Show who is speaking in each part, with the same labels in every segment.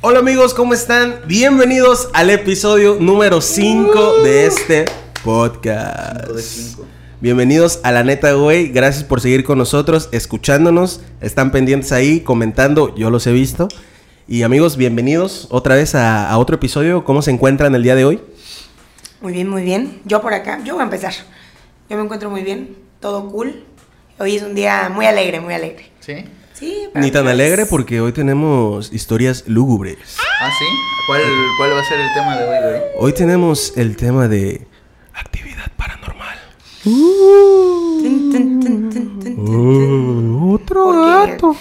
Speaker 1: Hola amigos, ¿cómo están? Bienvenidos al episodio número 5 de este podcast.
Speaker 2: Cinco de cinco.
Speaker 1: Bienvenidos a la neta, güey. Gracias por seguir con nosotros, escuchándonos. Están pendientes ahí, comentando. Yo los he visto. Y amigos, bienvenidos otra vez a, a otro episodio. ¿Cómo se encuentran el día de hoy?
Speaker 3: Muy bien, muy bien. Yo por acá, yo voy a empezar. Yo me encuentro muy bien, todo cool. Hoy es un día muy alegre, muy alegre.
Speaker 2: ¿Sí?
Speaker 3: Sí, para
Speaker 1: Ni tan
Speaker 3: mí es-
Speaker 1: alegre porque hoy tenemos historias lúgubres.
Speaker 2: ¿Ah, sí? ¿Cuál, ¿Cuál va a ser el tema de hoy, güey?
Speaker 1: Hoy tenemos el tema de actividad paranormal.
Speaker 3: Tun, tun, tun, tun, tun, tun,
Speaker 1: Oh,
Speaker 3: tun.
Speaker 1: otro
Speaker 3: Porque-
Speaker 1: dato.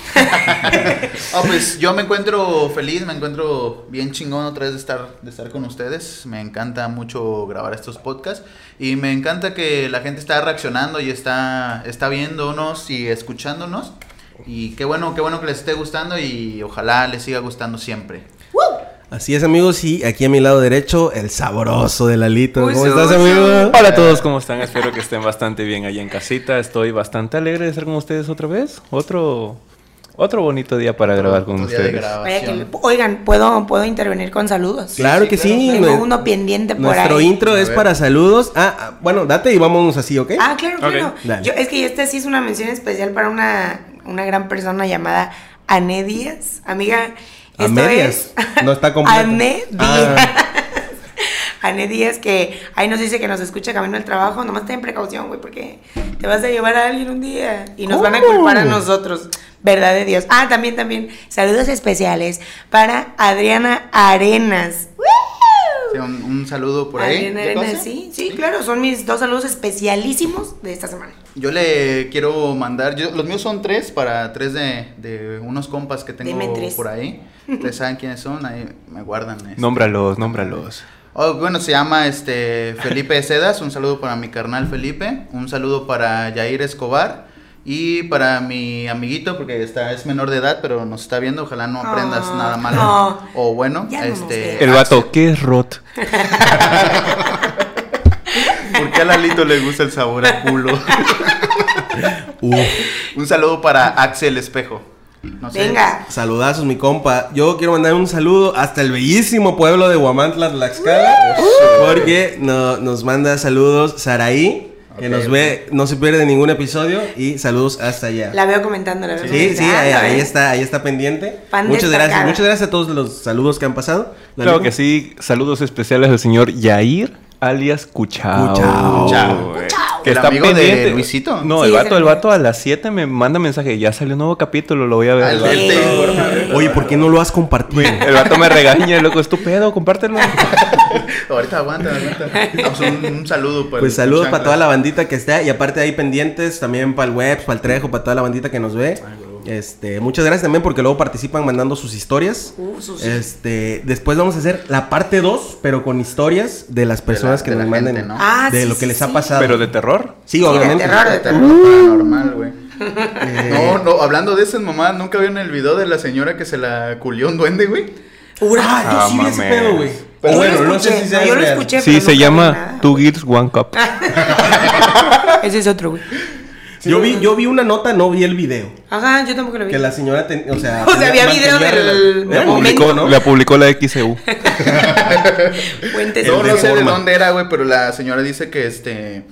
Speaker 2: Ah, pues yo me encuentro feliz, me encuentro bien chingón otra vez de estar, de estar con ustedes. Me encanta mucho grabar estos podcasts y me encanta que la gente está reaccionando y está, está viéndonos y escuchándonos. Y qué bueno, qué bueno que les esté gustando y ojalá les siga gustando siempre.
Speaker 1: Así es, amigos, y aquí a mi lado derecho, el sabroso del Alito.
Speaker 4: Uy,
Speaker 1: ¿Cómo
Speaker 4: sí,
Speaker 1: estás,
Speaker 4: uy, sí.
Speaker 1: amigo?
Speaker 4: Hola a todos, ¿cómo están? Espero que estén bastante bien allá en casita. Estoy bastante alegre de estar con ustedes otra vez. Otro, otro bonito día para grabar con
Speaker 2: Otro día de
Speaker 4: ustedes.
Speaker 3: Vaya que-
Speaker 2: grabación.
Speaker 3: oigan, ¿puedo, ¿puedo intervenir con saludos?
Speaker 1: Claro
Speaker 2: sí,
Speaker 1: que
Speaker 2: claro.
Speaker 1: sí.
Speaker 3: Tengo
Speaker 1: nue-
Speaker 3: uno pendiente por
Speaker 1: Nuestro
Speaker 3: ahí.
Speaker 1: intro
Speaker 2: A
Speaker 1: es
Speaker 2: ver.
Speaker 1: para saludos. Ah, ah, bueno, date y vámonos así, ¿ok?
Speaker 3: Ah, claro, claro.
Speaker 4: Ok.
Speaker 1: Dale.
Speaker 3: Yo- es que esta sí es una mención especial para una, una gran persona llamada Ané Díaz. Amiga,
Speaker 1: A
Speaker 3: esto
Speaker 1: medias.
Speaker 3: es...
Speaker 1: No está completo.
Speaker 3: Ané Díaz.
Speaker 1: Ah,
Speaker 3: Ané Díaz, que ahí nos dice que nos escucha camino al trabajo. Nomás ten precaución, güey, porque te vas a llevar a alguien un día y nos van a
Speaker 1: ¿Cómo?
Speaker 3: culpar a nosotros. Verdad de Dios. Ah, también, también. Saludos especiales para Adriana Arenas.
Speaker 2: Sí, un, un saludo por ahí.
Speaker 3: Adriana
Speaker 2: ¿Qué
Speaker 3: Arenas,
Speaker 2: cosa?
Speaker 3: sí, sí, claro. Son mis dos saludos especialísimos de esta semana.
Speaker 2: Yo le quiero mandar, yo- los míos son tres para tres de, de unos compas que tengo
Speaker 3: Dime tres.
Speaker 2: por ahí. Ustedes saben quiénes son, ahí me guardan. este.
Speaker 4: Nómbralos, nómbralos.
Speaker 2: Oh, bueno, se llama este Felipe Sedas, un saludo para mi carnal Felipe, un saludo para Jair Escobar y para mi amiguito, porque está, es menor de edad, pero nos está viendo, ojalá no aprendas
Speaker 3: Ah,
Speaker 2: nada malo
Speaker 3: no.
Speaker 2: o bueno.
Speaker 3: Ya no nos
Speaker 2: este,
Speaker 3: ve.
Speaker 4: El vato, ¿qué es Rot?
Speaker 2: ¿Por qué a Lalito le gusta el sabor a culo?
Speaker 1: uf.
Speaker 2: un saludo para Axel Espejo. No sé.
Speaker 3: Venga.
Speaker 1: Saludazos, mi compa. Yo quiero mandar un saludo hasta el bellísimo pueblo de Huamantla, Tlaxcala.
Speaker 3: Uh-huh.
Speaker 1: Porque no- nos manda saludos Saraí, que
Speaker 2: Ok,
Speaker 1: nos
Speaker 2: ok.
Speaker 1: ve, no se pierde ningún episodio. Y saludos hasta allá.
Speaker 3: La veo comentando, la veo
Speaker 1: Sí, sí,
Speaker 3: comentando,
Speaker 1: ahí,
Speaker 3: ¿eh?
Speaker 1: ahí está, ahí está pendiente.
Speaker 3: Fan
Speaker 1: muchas
Speaker 3: destacada.
Speaker 1: gracias, muchas gracias a todos los saludos que han pasado.
Speaker 4: Claro que sí. Saludos especiales al señor Yair, alias Cuchao.
Speaker 1: Cuchao.
Speaker 2: Cuchao.
Speaker 4: güey. Oh,
Speaker 3: Cuchao.
Speaker 4: eh, Que
Speaker 2: ¿El
Speaker 4: está
Speaker 2: amigo de
Speaker 4: pendiente.
Speaker 2: Luisito?
Speaker 4: No,
Speaker 3: Sí,
Speaker 4: el
Speaker 3: es
Speaker 4: vato,
Speaker 3: el
Speaker 4: el vato a las 7 me manda mensaje. Ya salió un nuevo capítulo, lo voy a ver.
Speaker 2: Ah,
Speaker 4: El
Speaker 2: el
Speaker 4: vato-
Speaker 2: del
Speaker 3: Vato.
Speaker 2: informe.
Speaker 1: Oye, ¿por qué no lo has compartido?
Speaker 5: Pues,
Speaker 4: el vato me regaña, loco, estupendo, compártelo.
Speaker 2: Ahorita aguanta, aguanta. Vamos, un, un saludo para
Speaker 1: Pues
Speaker 2: el
Speaker 1: saludos
Speaker 2: Chancla.
Speaker 1: para toda la bandita que está y aparte ahí pendientes también para el web, para el Trejo, para toda la bandita que nos ve. Este, muchas gracias también porque luego participan mandando sus historias.
Speaker 3: Uh, sus-
Speaker 1: Este, después vamos a hacer la parte 2, pero con historias de las personas
Speaker 2: la-
Speaker 1: que
Speaker 2: de
Speaker 1: nos
Speaker 2: la
Speaker 1: manden
Speaker 2: gente, ¿no?
Speaker 3: Ah,
Speaker 1: de
Speaker 3: sí,
Speaker 1: lo que
Speaker 3: sí,
Speaker 1: les ha
Speaker 3: sí.
Speaker 1: pasado.
Speaker 4: Pero de terror.
Speaker 1: sí,
Speaker 3: Sí, de
Speaker 1: obviamente.
Speaker 3: terror.
Speaker 2: De terror paranormal, güey.
Speaker 1: Uh. Eh,
Speaker 2: No, no, hablando de esas mamadas, ¿nunca vieron el video de la señora que se la culió un duende, güey?
Speaker 1: Ah, yo
Speaker 4: Ah,
Speaker 1: sí vi ese
Speaker 4: mames.
Speaker 1: pedo, güey.
Speaker 2: Pero
Speaker 3: yo
Speaker 2: bueno,
Speaker 3: lo
Speaker 2: no
Speaker 3: escuché,
Speaker 1: sea
Speaker 3: no, yo lo
Speaker 1: real.
Speaker 3: escuché, pero
Speaker 4: Sí,
Speaker 3: no
Speaker 4: se
Speaker 3: creo
Speaker 4: llama
Speaker 3: nada.
Speaker 4: Two Gears One Cup.
Speaker 3: Ese es otro, güey.
Speaker 1: Yo vi, yo vi una nota, no vi el video.
Speaker 3: Ajá, yo tampoco lo vi.
Speaker 1: Que la señora tenía, o sea...
Speaker 3: O sea,
Speaker 1: tenía-
Speaker 3: había video
Speaker 1: mantenía
Speaker 3: del-
Speaker 1: rela- Era
Speaker 3: del
Speaker 1: un
Speaker 3: momento.
Speaker 1: público, ¿no?
Speaker 4: La publicó la XCU.
Speaker 3: Fuentes.
Speaker 2: No,
Speaker 1: de
Speaker 2: no sé de
Speaker 1: forma.
Speaker 2: dónde era, güey, pero la señora dice que este.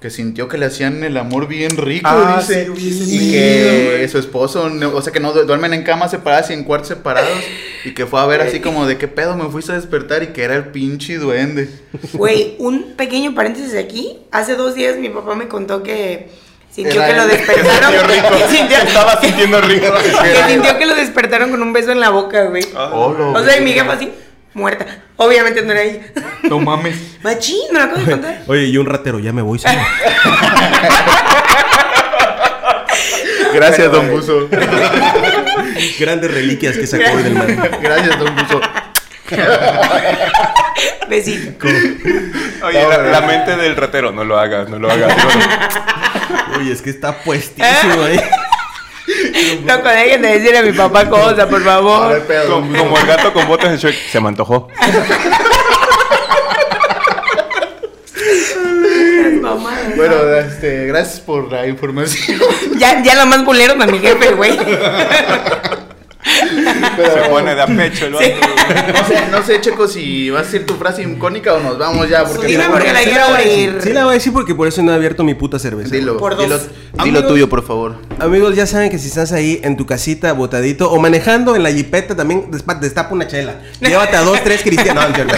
Speaker 2: Que sintió que le hacían el amor bien rico,
Speaker 4: Ah,
Speaker 2: dice.
Speaker 4: sí, vi ese
Speaker 2: y
Speaker 4: video,
Speaker 2: que
Speaker 4: güey.
Speaker 2: su esposo, no- o sea, que no du- duermen en camas separadas y en cuartos separados. Y que fue a ver así como de qué pedo me fuiste a despertar y que era el pinche duende.
Speaker 3: Güey, un pequeño paréntesis aquí. Hace dos días mi papá me contó que sintió
Speaker 2: Era
Speaker 3: que lo
Speaker 2: él.
Speaker 3: despertaron.
Speaker 2: Que sintió rico.
Speaker 3: que sintió-
Speaker 4: Estaba sintiendo rico.
Speaker 3: que sintió que lo despertaron con un beso en la boca, güey.
Speaker 2: Oh, lo-
Speaker 3: O sea, y mi jefa así, muerta. Obviamente no era ella.
Speaker 4: No mames.
Speaker 3: Machín, ¿no lo acabo de contar?
Speaker 1: Oye, y un ratero, ya me voy. señor.
Speaker 2: Gracias,
Speaker 4: Pero,
Speaker 2: don Buzo.
Speaker 1: Grandes reliquias que sacó hoy del mar.
Speaker 2: Gracias, don Buzo.
Speaker 3: Besito.
Speaker 4: Oye, la, la mente del ratero, no lo hagas, no lo hagas.
Speaker 1: Oye, es que está puestísimo ahí.
Speaker 3: Loco, dejen de decirle a mi papá cosas, por
Speaker 2: A ver,
Speaker 3: favor.
Speaker 2: pedo, don
Speaker 4: como,
Speaker 2: Buzo.
Speaker 4: como el gato con botas de Shrek. Se me antojó.
Speaker 3: Mamadas.
Speaker 2: Bueno, este, gracias por la información.
Speaker 3: Ya, ya lo más bulero a mi jefe, güey.
Speaker 2: Pero-
Speaker 5: Se pone de a pecho el vato.
Speaker 2: No sé, no sé, Checo, si va a ser tu frase icónica o nos vamos ya. Porque
Speaker 3: Dime porque la
Speaker 1: Sí
Speaker 3: quiero
Speaker 1: voy a decir,
Speaker 3: abrir.
Speaker 1: Sí la voy a decir porque por eso no he abierto mi puta cerveza.
Speaker 2: Dilo,
Speaker 3: Por dos.
Speaker 2: dilo, dilo
Speaker 1: Amigos.
Speaker 2: tuyo, por favor.
Speaker 1: Amigos, ya saben que si estás ahí en tu casita, botadito o manejando en la jipeta, también despa- destapa una chela. Llévate a dos, tres cristianos. No, no es cierto.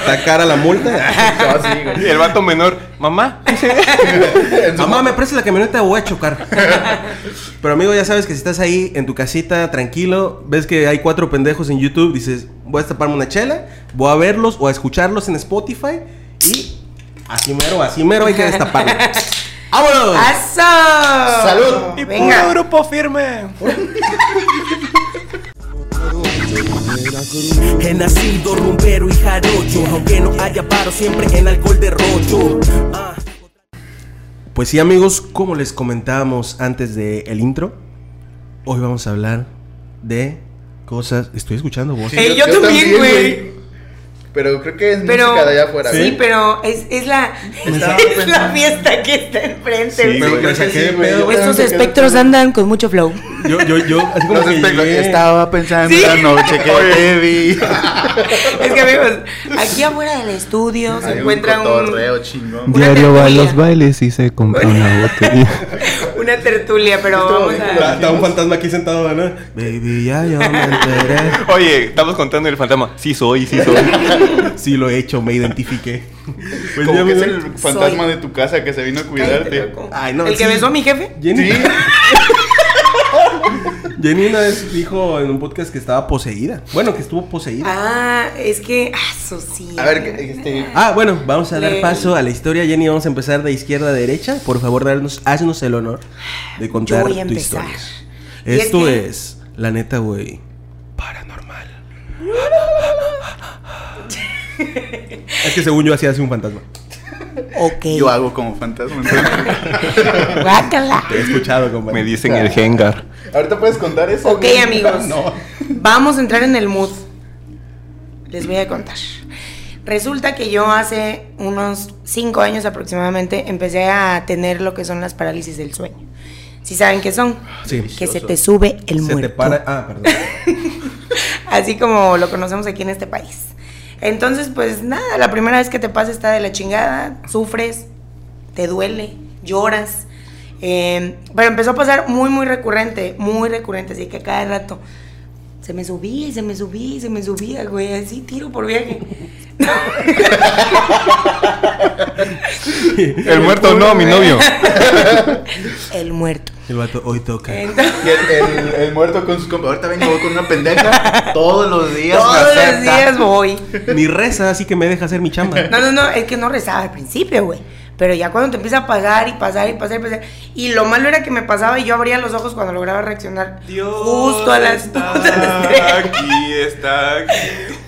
Speaker 1: Está cara la multa.
Speaker 3: Ah,
Speaker 5: Y el vato menor.
Speaker 4: Mamá,
Speaker 1: Mamá, me presta la camioneta, voy a chocar. Pero amigo, ya sabes que si estás ahí en tu casita, tranquilo, ves que hay cuatro pendejos en YouTube, dices, voy a destaparme una chela, voy a verlos o a escucharlos en Spotify y así mero, así mero hay que destaparlo. ¡Vámonos!
Speaker 3: ¡Aso!
Speaker 2: Salud.
Speaker 4: y
Speaker 3: Venga.
Speaker 4: puro grupo firme.
Speaker 6: He nacido rumbero y jarocho, aunque no haya paro siempre en alcohol de rollo. Ah.
Speaker 1: Pues sí, amigos, como les comentábamos antes del el intro, hoy vamos a hablar de cosas. Estoy escuchando vos.
Speaker 3: Eh, yo también, güey.
Speaker 2: Pero creo que es
Speaker 3: Pero,
Speaker 2: música de allá afuera.
Speaker 3: sí,
Speaker 2: güey.
Speaker 3: pero es, es la,
Speaker 2: Estaba
Speaker 3: es la
Speaker 2: pensando.
Speaker 3: fiesta que está enfrente. güey.
Speaker 2: Sí,
Speaker 1: güey,
Speaker 2: creo
Speaker 1: me
Speaker 2: que
Speaker 1: saqué
Speaker 2: sí,
Speaker 1: de
Speaker 2: güey.
Speaker 1: pedo. eh.
Speaker 2: Yo
Speaker 3: Estos
Speaker 2: también me quedé
Speaker 3: espectros
Speaker 2: pensando.
Speaker 3: andan con mucho flow.
Speaker 1: Yo, yo, yo, así como
Speaker 2: Los
Speaker 1: que
Speaker 2: espectros.
Speaker 1: llegué.
Speaker 2: Estaba pensando
Speaker 3: Sí.
Speaker 2: la noche que te vi.
Speaker 3: Es que amigos, aquí afuera del estudio se
Speaker 2: Hay
Speaker 3: encuentra
Speaker 2: un
Speaker 3: un,
Speaker 2: cotorreo chingón.
Speaker 3: Una Diario va a tertulia. los
Speaker 4: bailes y se compra una botella.
Speaker 3: una tertulia, pero
Speaker 2: Estuvo
Speaker 3: vamos
Speaker 2: bien
Speaker 1: Está,
Speaker 3: a...
Speaker 1: está un fantasma aquí sentado, ¿no? Baby, ya yo me enteré.
Speaker 5: Oye, estamos contando el fantasma. Sí soy, sí soy.
Speaker 1: Sí lo he hecho, me identifiqué. Pues
Speaker 2: Como
Speaker 1: ya,
Speaker 2: que es
Speaker 1: mira.
Speaker 2: el fantasma
Speaker 3: Soy.
Speaker 2: de tu casa que se vino a
Speaker 3: Cállate,
Speaker 2: cuidarte.
Speaker 3: loco.
Speaker 1: Ay, no,
Speaker 3: ¿El
Speaker 1: sí.
Speaker 3: que besó a mi jefe?
Speaker 1: Jenny,
Speaker 2: Sí,
Speaker 1: Jenny una vez dijo en un podcast que estaba poseída. Bueno, que estuvo poseída.
Speaker 3: Ah, es que... Ah, eso sí.
Speaker 2: a ver, que- este,
Speaker 1: Ah, bueno, vamos a dar
Speaker 3: Le-
Speaker 1: paso a la historia, Jenny. Vamos a empezar de izquierda a derecha. Por favor, darnos, haznos el honor de contar
Speaker 3: voy a
Speaker 1: tu
Speaker 3: empezar.
Speaker 1: historia.
Speaker 3: Y es
Speaker 1: Esto
Speaker 3: que-
Speaker 1: es, la neta, güey, paranormal. es que según yo así hace un fantasma.
Speaker 3: Ok.
Speaker 2: yo hago como fantasma. entonces.
Speaker 3: Guácala.
Speaker 1: Te he escuchado, compadre.
Speaker 4: Me dicen el Hengar.
Speaker 2: Ahorita puedes contar eso.
Speaker 3: Ok,
Speaker 2: güey.
Speaker 3: amigos.
Speaker 2: No.
Speaker 3: Vamos a entrar en el mood. Les voy a contar. Resulta que yo hace unos 5 años aproximadamente empecé a tener lo que son las parálisis del sueño. Si saben qué son?
Speaker 1: Sí.
Speaker 3: Que se te sube el
Speaker 1: Se
Speaker 3: muerto.
Speaker 1: te para. Ah, perdón.
Speaker 3: Así como lo conocemos aquí en este país. Entonces, pues nada, la primera vez que te pasa está de la chingada, sufres, te duele, lloras. eh, pero empezó a pasar muy, muy recurrente, muy recurrente, así que a cada rato se me subía, y se me subía, y se me subía, güey, así tiro por viaje.
Speaker 5: El muerto no, mi novio.
Speaker 3: El muerto.
Speaker 1: El vato hoy toca.
Speaker 3: Entonces,
Speaker 2: Y el, el- el muerto con sus compas. Ahorita vengo con una pendeja. Todos los días.
Speaker 3: todos
Speaker 2: me
Speaker 3: los
Speaker 2: acepta.
Speaker 3: días voy.
Speaker 1: Ni reza, así que me deja hacer mi chamba.
Speaker 3: No, no, no, es que no rezaba al principio, güey. Pero ya cuando te empieza a pasar y pasar y pasar y pasar. Y lo malo era que me pasaba y yo abría los ojos cuando lograba reaccionar. justo a las putas tres.
Speaker 5: Aquí está. aquí.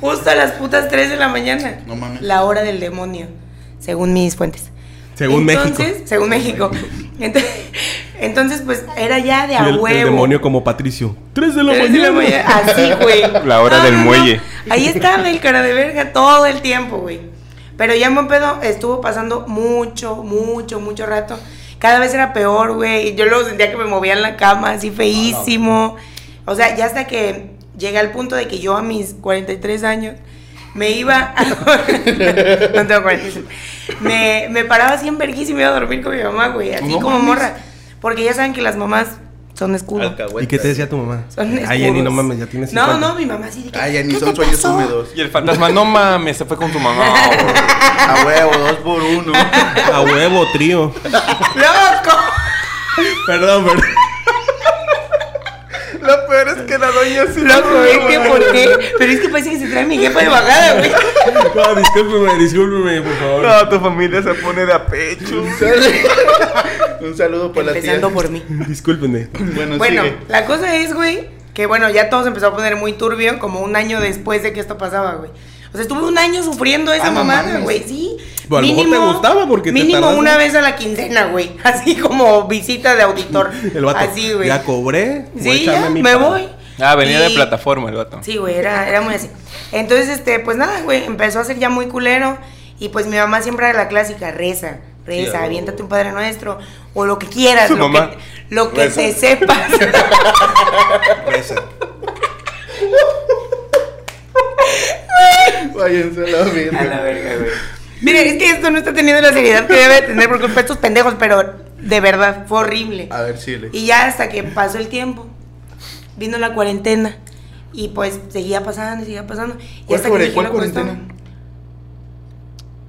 Speaker 3: Justo a las putas 3 de la mañana.
Speaker 2: No mames.
Speaker 3: La hora del demonio, según mis fuentes.
Speaker 1: Según
Speaker 3: Entonces,
Speaker 1: México.
Speaker 3: Según México. Entonces, entonces, pues era ya de a
Speaker 1: El, el
Speaker 3: huevo.
Speaker 1: demonio como Patricio. Tres de la
Speaker 3: Tres de la
Speaker 1: mañana.
Speaker 3: mañana, Así, güey.
Speaker 5: La hora del muelle.
Speaker 3: Ahí estaba el cara de verga todo el tiempo, güey. Pero ya en buen pedo estuvo pasando mucho, mucho, mucho rato. Cada vez era peor, güey. Yo luego sentía que me movía en la cama, así feísimo. O sea, ya hasta que llegué al punto de que yo a mis 43 años me iba a... no tengo 43. Me, me paraba así en verguísima y me iba a dormir con mi mamá, güey. Así
Speaker 2: No
Speaker 3: como
Speaker 2: mames.
Speaker 3: morra. Porque ya saben que las mamás son escudo.
Speaker 1: ¿Y qué te decía tu mamá?
Speaker 3: Son
Speaker 1: Ay, Jenny, no
Speaker 3: escudos.
Speaker 1: mames, ya tienes.
Speaker 3: No,
Speaker 1: 50.
Speaker 3: no, mi mamá sí. de que,
Speaker 2: Ay, ya ni
Speaker 3: "¿Qué
Speaker 2: son
Speaker 3: te
Speaker 2: sueños
Speaker 3: pasó?".
Speaker 2: húmedos.
Speaker 5: Y el fantasma, no mames, se fue con tu mamá. güey.
Speaker 2: A huevo, dos por uno.
Speaker 1: A huevo, trío.
Speaker 3: ¡Loco!
Speaker 1: Perdón, perdón.
Speaker 2: Lo peor es que la doña sí
Speaker 3: Loco, es que ¿por qué? Pero es que parece que se trae mi jefa de bajada, güey.
Speaker 1: No, discúlpeme, discúlpeme, por favor.
Speaker 5: No, tu familia se pone de a pecho.
Speaker 2: Un saludo para la tía.
Speaker 3: Empezando por mí.
Speaker 1: Discúlpenme.
Speaker 2: Bueno,
Speaker 3: Bueno,
Speaker 2: sigue.
Speaker 3: la cosa es, güey, que bueno, ya todo se empezó a poner muy turbio como un año después de que esto pasaba, güey. O sea, estuve un año sufriendo esa
Speaker 2: Ah, no
Speaker 3: mamada,
Speaker 2: mames.
Speaker 3: güey, sí.
Speaker 1: Pues, a lo mejor te gustaba porque te
Speaker 3: Mínimo
Speaker 1: tardaste.
Speaker 3: una vez a la quincena, güey. Así como visita de auditor.
Speaker 1: El vato.
Speaker 3: Así, güey.
Speaker 1: Ya cobré. voy a
Speaker 3: Sí,
Speaker 1: echarme
Speaker 3: ya,
Speaker 1: mi
Speaker 3: me
Speaker 1: pan.
Speaker 3: voy.
Speaker 5: Ah, venía de
Speaker 3: Y-
Speaker 5: plataforma el vato.
Speaker 3: Sí, güey,
Speaker 2: Ah,
Speaker 3: era, era muy así. Entonces, este, pues nada, güey, empezó a ser ya muy culero. Y pues mi mamá siempre era la clásica, reza, reza, aviéntate un Padre Nuestro, o lo que quieras,
Speaker 5: Su
Speaker 3: lo
Speaker 5: mamá,
Speaker 3: que, lo que
Speaker 5: reza.
Speaker 3: te sepas.
Speaker 1: Reza.
Speaker 2: Váyanse a la
Speaker 3: A la
Speaker 2: verga.
Speaker 3: verga, güey. Miren, es que esto no está teniendo la seriedad que debe tener por culpa de estos pendejos, pero de verdad, fue horrible.
Speaker 2: A ver, Chile.
Speaker 3: Y ya hasta que pasó el tiempo, vino la cuarentena y pues seguía pasando, y seguía pasando. Y
Speaker 2: ¿Cuál
Speaker 3: hasta
Speaker 2: cuare-
Speaker 3: que
Speaker 2: cuál
Speaker 3: lo acostó,
Speaker 2: cuarentena?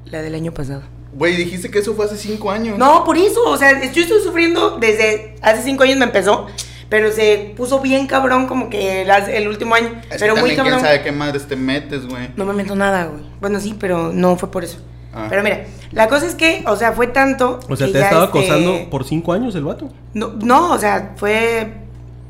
Speaker 3: La del año pasado.
Speaker 2: Güey, dijiste que eso fue hace cinco años.
Speaker 3: No, por eso, o sea, yo estoy sufriendo desde hace cinco años me empezó, pero se puso bien cabrón como que el, hace- el último año,
Speaker 2: Es que
Speaker 3: pero muy
Speaker 2: también
Speaker 3: cabrón.
Speaker 2: quién sabe qué madres te metes, güey.
Speaker 3: No me meto nada, güey. Bueno, sí, pero no fue por eso.
Speaker 2: Ah.
Speaker 3: Pero mira, la cosa es que, o sea, fue tanto.
Speaker 1: O sea,
Speaker 3: que
Speaker 1: te ha
Speaker 3: ya,
Speaker 1: estado
Speaker 3: este,
Speaker 1: acosando por cinco años el vato.
Speaker 3: No, no, o sea, fue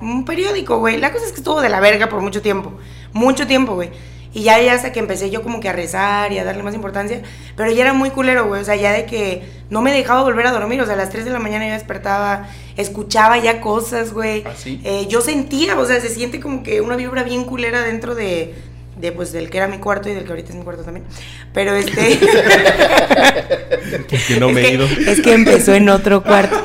Speaker 3: un periódico, güey. La cosa es que estuvo de la verga por mucho tiempo. Mucho tiempo, güey. Y ya, ya hasta que empecé yo como que a rezar y a darle más importancia. Pero ya era muy culero, güey. O sea, ya de que no me dejaba volver a dormir. O sea, a las 3 de la mañana yo despertaba, escuchaba ya cosas, güey.
Speaker 2: ¿Ah, sí?
Speaker 3: Eh, yo sentía, o sea, se siente como que una vibra bien culera dentro de, de, pues, del que era mi cuarto y del que ahorita es mi cuarto también. Pero este...
Speaker 1: Porque no
Speaker 3: es
Speaker 1: me
Speaker 3: que,
Speaker 1: he ido.
Speaker 3: Es que empezó en otro cuarto.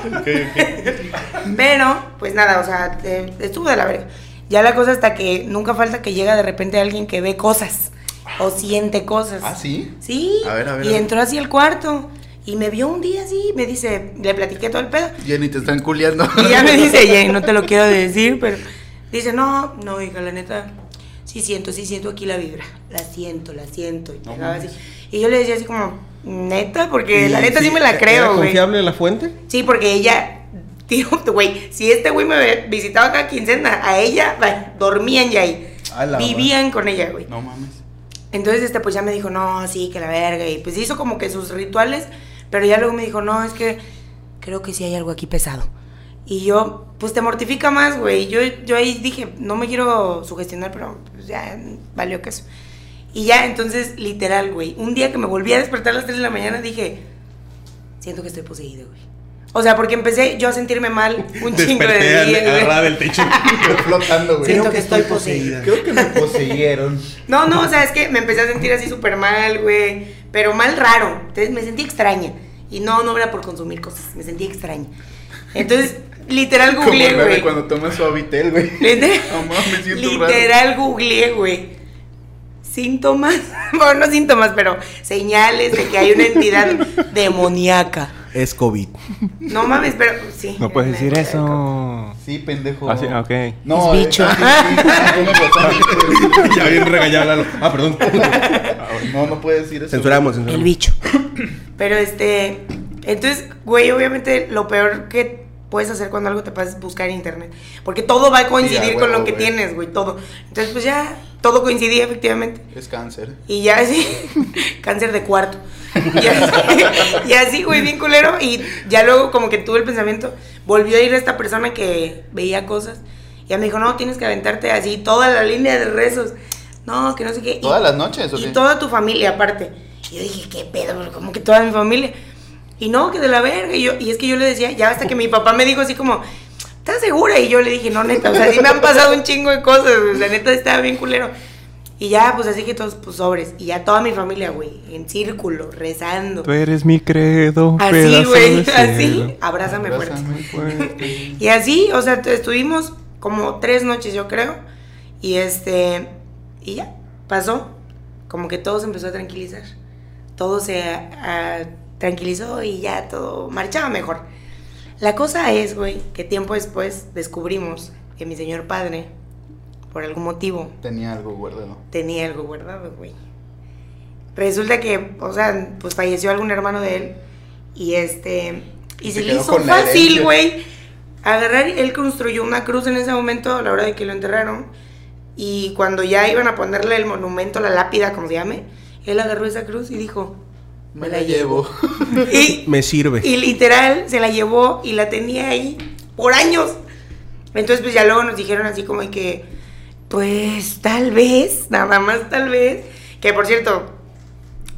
Speaker 3: Pero, pues nada, o sea, te- estuvo de la verga. Ya la cosa hasta que nunca falta que llega de repente alguien que ve cosas o siente cosas.
Speaker 2: ¿Ah, sí?
Speaker 3: Sí.
Speaker 2: A ver, a ver, a
Speaker 3: Y
Speaker 2: ver.
Speaker 3: entró así al cuarto y me vio un día así, me dice, le platiqué todo el pedo.
Speaker 2: Jenny, te están culeando.
Speaker 3: Y ya me dice, "Ye, no te lo quiero decir, pero dice, no, no, hija, la neta, sí siento, sí siento aquí la vibra, la siento, la siento. Y, pegaba así. Y yo le decía así como, neta, porque la neta sí, me la creo, güey.
Speaker 1: e-, confiable la fuente?
Speaker 3: Sí, porque ella, tío, güey, si este güey me ve- visitaba cada quincena, a ella va, dormían ya ahí.
Speaker 2: A la
Speaker 3: Vivían con ella, güey.
Speaker 2: No mames.
Speaker 3: Entonces, este, pues ya me dijo, no, sí, que la verga. Y pues hizo como que sus rituales, pero ya luego me dijo, no, es que creo que sí hay algo aquí pesado. Y yo, pues te mortifica más, güey. Yo, yo ahí dije, no me quiero sugestionar, pero pues, ya valió queso. Y ya, entonces, literal, güey. Un día que me volví a despertar a las 3 de la mañana, dije, siento que estoy poseído, güey. O sea, porque empecé yo a sentirme mal un chingo de
Speaker 1: Desperté
Speaker 3: días, güey.
Speaker 1: agarrada del techo.
Speaker 2: Estoy flotando, güey.
Speaker 3: Siento que estoy poseída.
Speaker 2: Creo que me poseyeron.
Speaker 3: No, no, o sea, es que me empecé a sentir así súper mal, güey. Pero mal raro. Entonces me sentí extraña. Y no, no era por consumir cosas. Me sentí extraña. Entonces, literal
Speaker 2: Como el
Speaker 3: googleé,
Speaker 2: bebé
Speaker 3: güey.
Speaker 2: cuando toma su habitel, güey.
Speaker 3: Literal,
Speaker 2: No mames, siento raro.
Speaker 3: literal googleé, güey. Síntomas. Bueno, no síntomas, pero señales de que hay una entidad demoníaca.
Speaker 1: Es COVID.
Speaker 3: No mames, pero sí.
Speaker 4: No puedes decir
Speaker 3: Me-
Speaker 4: eso.
Speaker 2: Sí, pendejo.
Speaker 4: Ah, sí, ok.
Speaker 2: No,
Speaker 3: Es
Speaker 2: eh,
Speaker 3: bicho.
Speaker 2: ah, sí, sí, sí, no, no, no, no,
Speaker 1: ya bien regañado Lalo. Ah, perdón.
Speaker 2: No, no puedes decir eso.
Speaker 1: Censuramos,
Speaker 3: El
Speaker 1: censuramos.
Speaker 3: bicho. Pero este. Entonces, güey, obviamente lo peor que puedes hacer cuando algo te pasa es buscar en internet. Porque todo va a coincidir
Speaker 2: Sí, a
Speaker 3: con
Speaker 2: huevo,
Speaker 3: lo que
Speaker 2: güey.
Speaker 3: tienes, güey, todo. Entonces, pues ya, todo coincidía efectivamente.
Speaker 2: Es cáncer.
Speaker 3: Y ya así, cáncer de cuarto. Y así, y así, güey, bien culero. Y ya luego como que tuve el pensamiento, volvió a ir esta persona que veía cosas. Y ya me dijo, no, tienes que aventarte así toda la línea de rezos. No, que no sé qué. Y-
Speaker 2: ¿Todas las noches o
Speaker 3: y
Speaker 2: qué?
Speaker 3: toda tu familia aparte. Y yo dije, ¿qué pedo? como que toda mi familia? Y no, que de la verga. Y, yo, y es que yo le decía, ya hasta que mi papá me dijo así como, ¿estás segura? Y yo le dije, no, neta, o sea, sí me han pasado un chingo de cosas. O sea, neta, estaba bien culero. Y ya, pues así que todos, pues sobres. Y ya toda mi familia, güey, en círculo, rezando.
Speaker 4: Tú eres mi credo.
Speaker 3: Así,
Speaker 4: pedazo
Speaker 3: güey,
Speaker 4: de cielo.
Speaker 3: así. Abrázame fuerte.
Speaker 2: Abrázame fuerte.
Speaker 3: Y así, o sea, tu- estuvimos como tres noches, yo creo. Y este, y ya, pasó. Como que todo se empezó a tranquilizar. Todo se ah, tranquilizó y ya todo marchaba mejor. La cosa es, güey, que tiempo después descubrimos que mi señor padre, por algún motivo,
Speaker 2: Tenía algo guardado.
Speaker 3: tenía algo guardado, güey. Resulta que, o sea, pues falleció algún hermano de él y este y se,
Speaker 2: Se
Speaker 3: le
Speaker 2: quedó
Speaker 3: hizo
Speaker 2: con la
Speaker 3: fácil,
Speaker 2: herencia.
Speaker 3: güey. Agarrar, él construyó una cruz en ese momento a la hora de que lo enterraron y cuando ya iban a ponerle el monumento, la lápida, como se llame, él agarró esa cruz y dijo,
Speaker 2: Me la llevo.
Speaker 3: Y
Speaker 1: Me sirve.
Speaker 3: y literal se la llevó y la tenía ahí por años. Entonces, pues ya luego nos dijeron así como de que, pues tal vez, nada más tal vez. Que por cierto,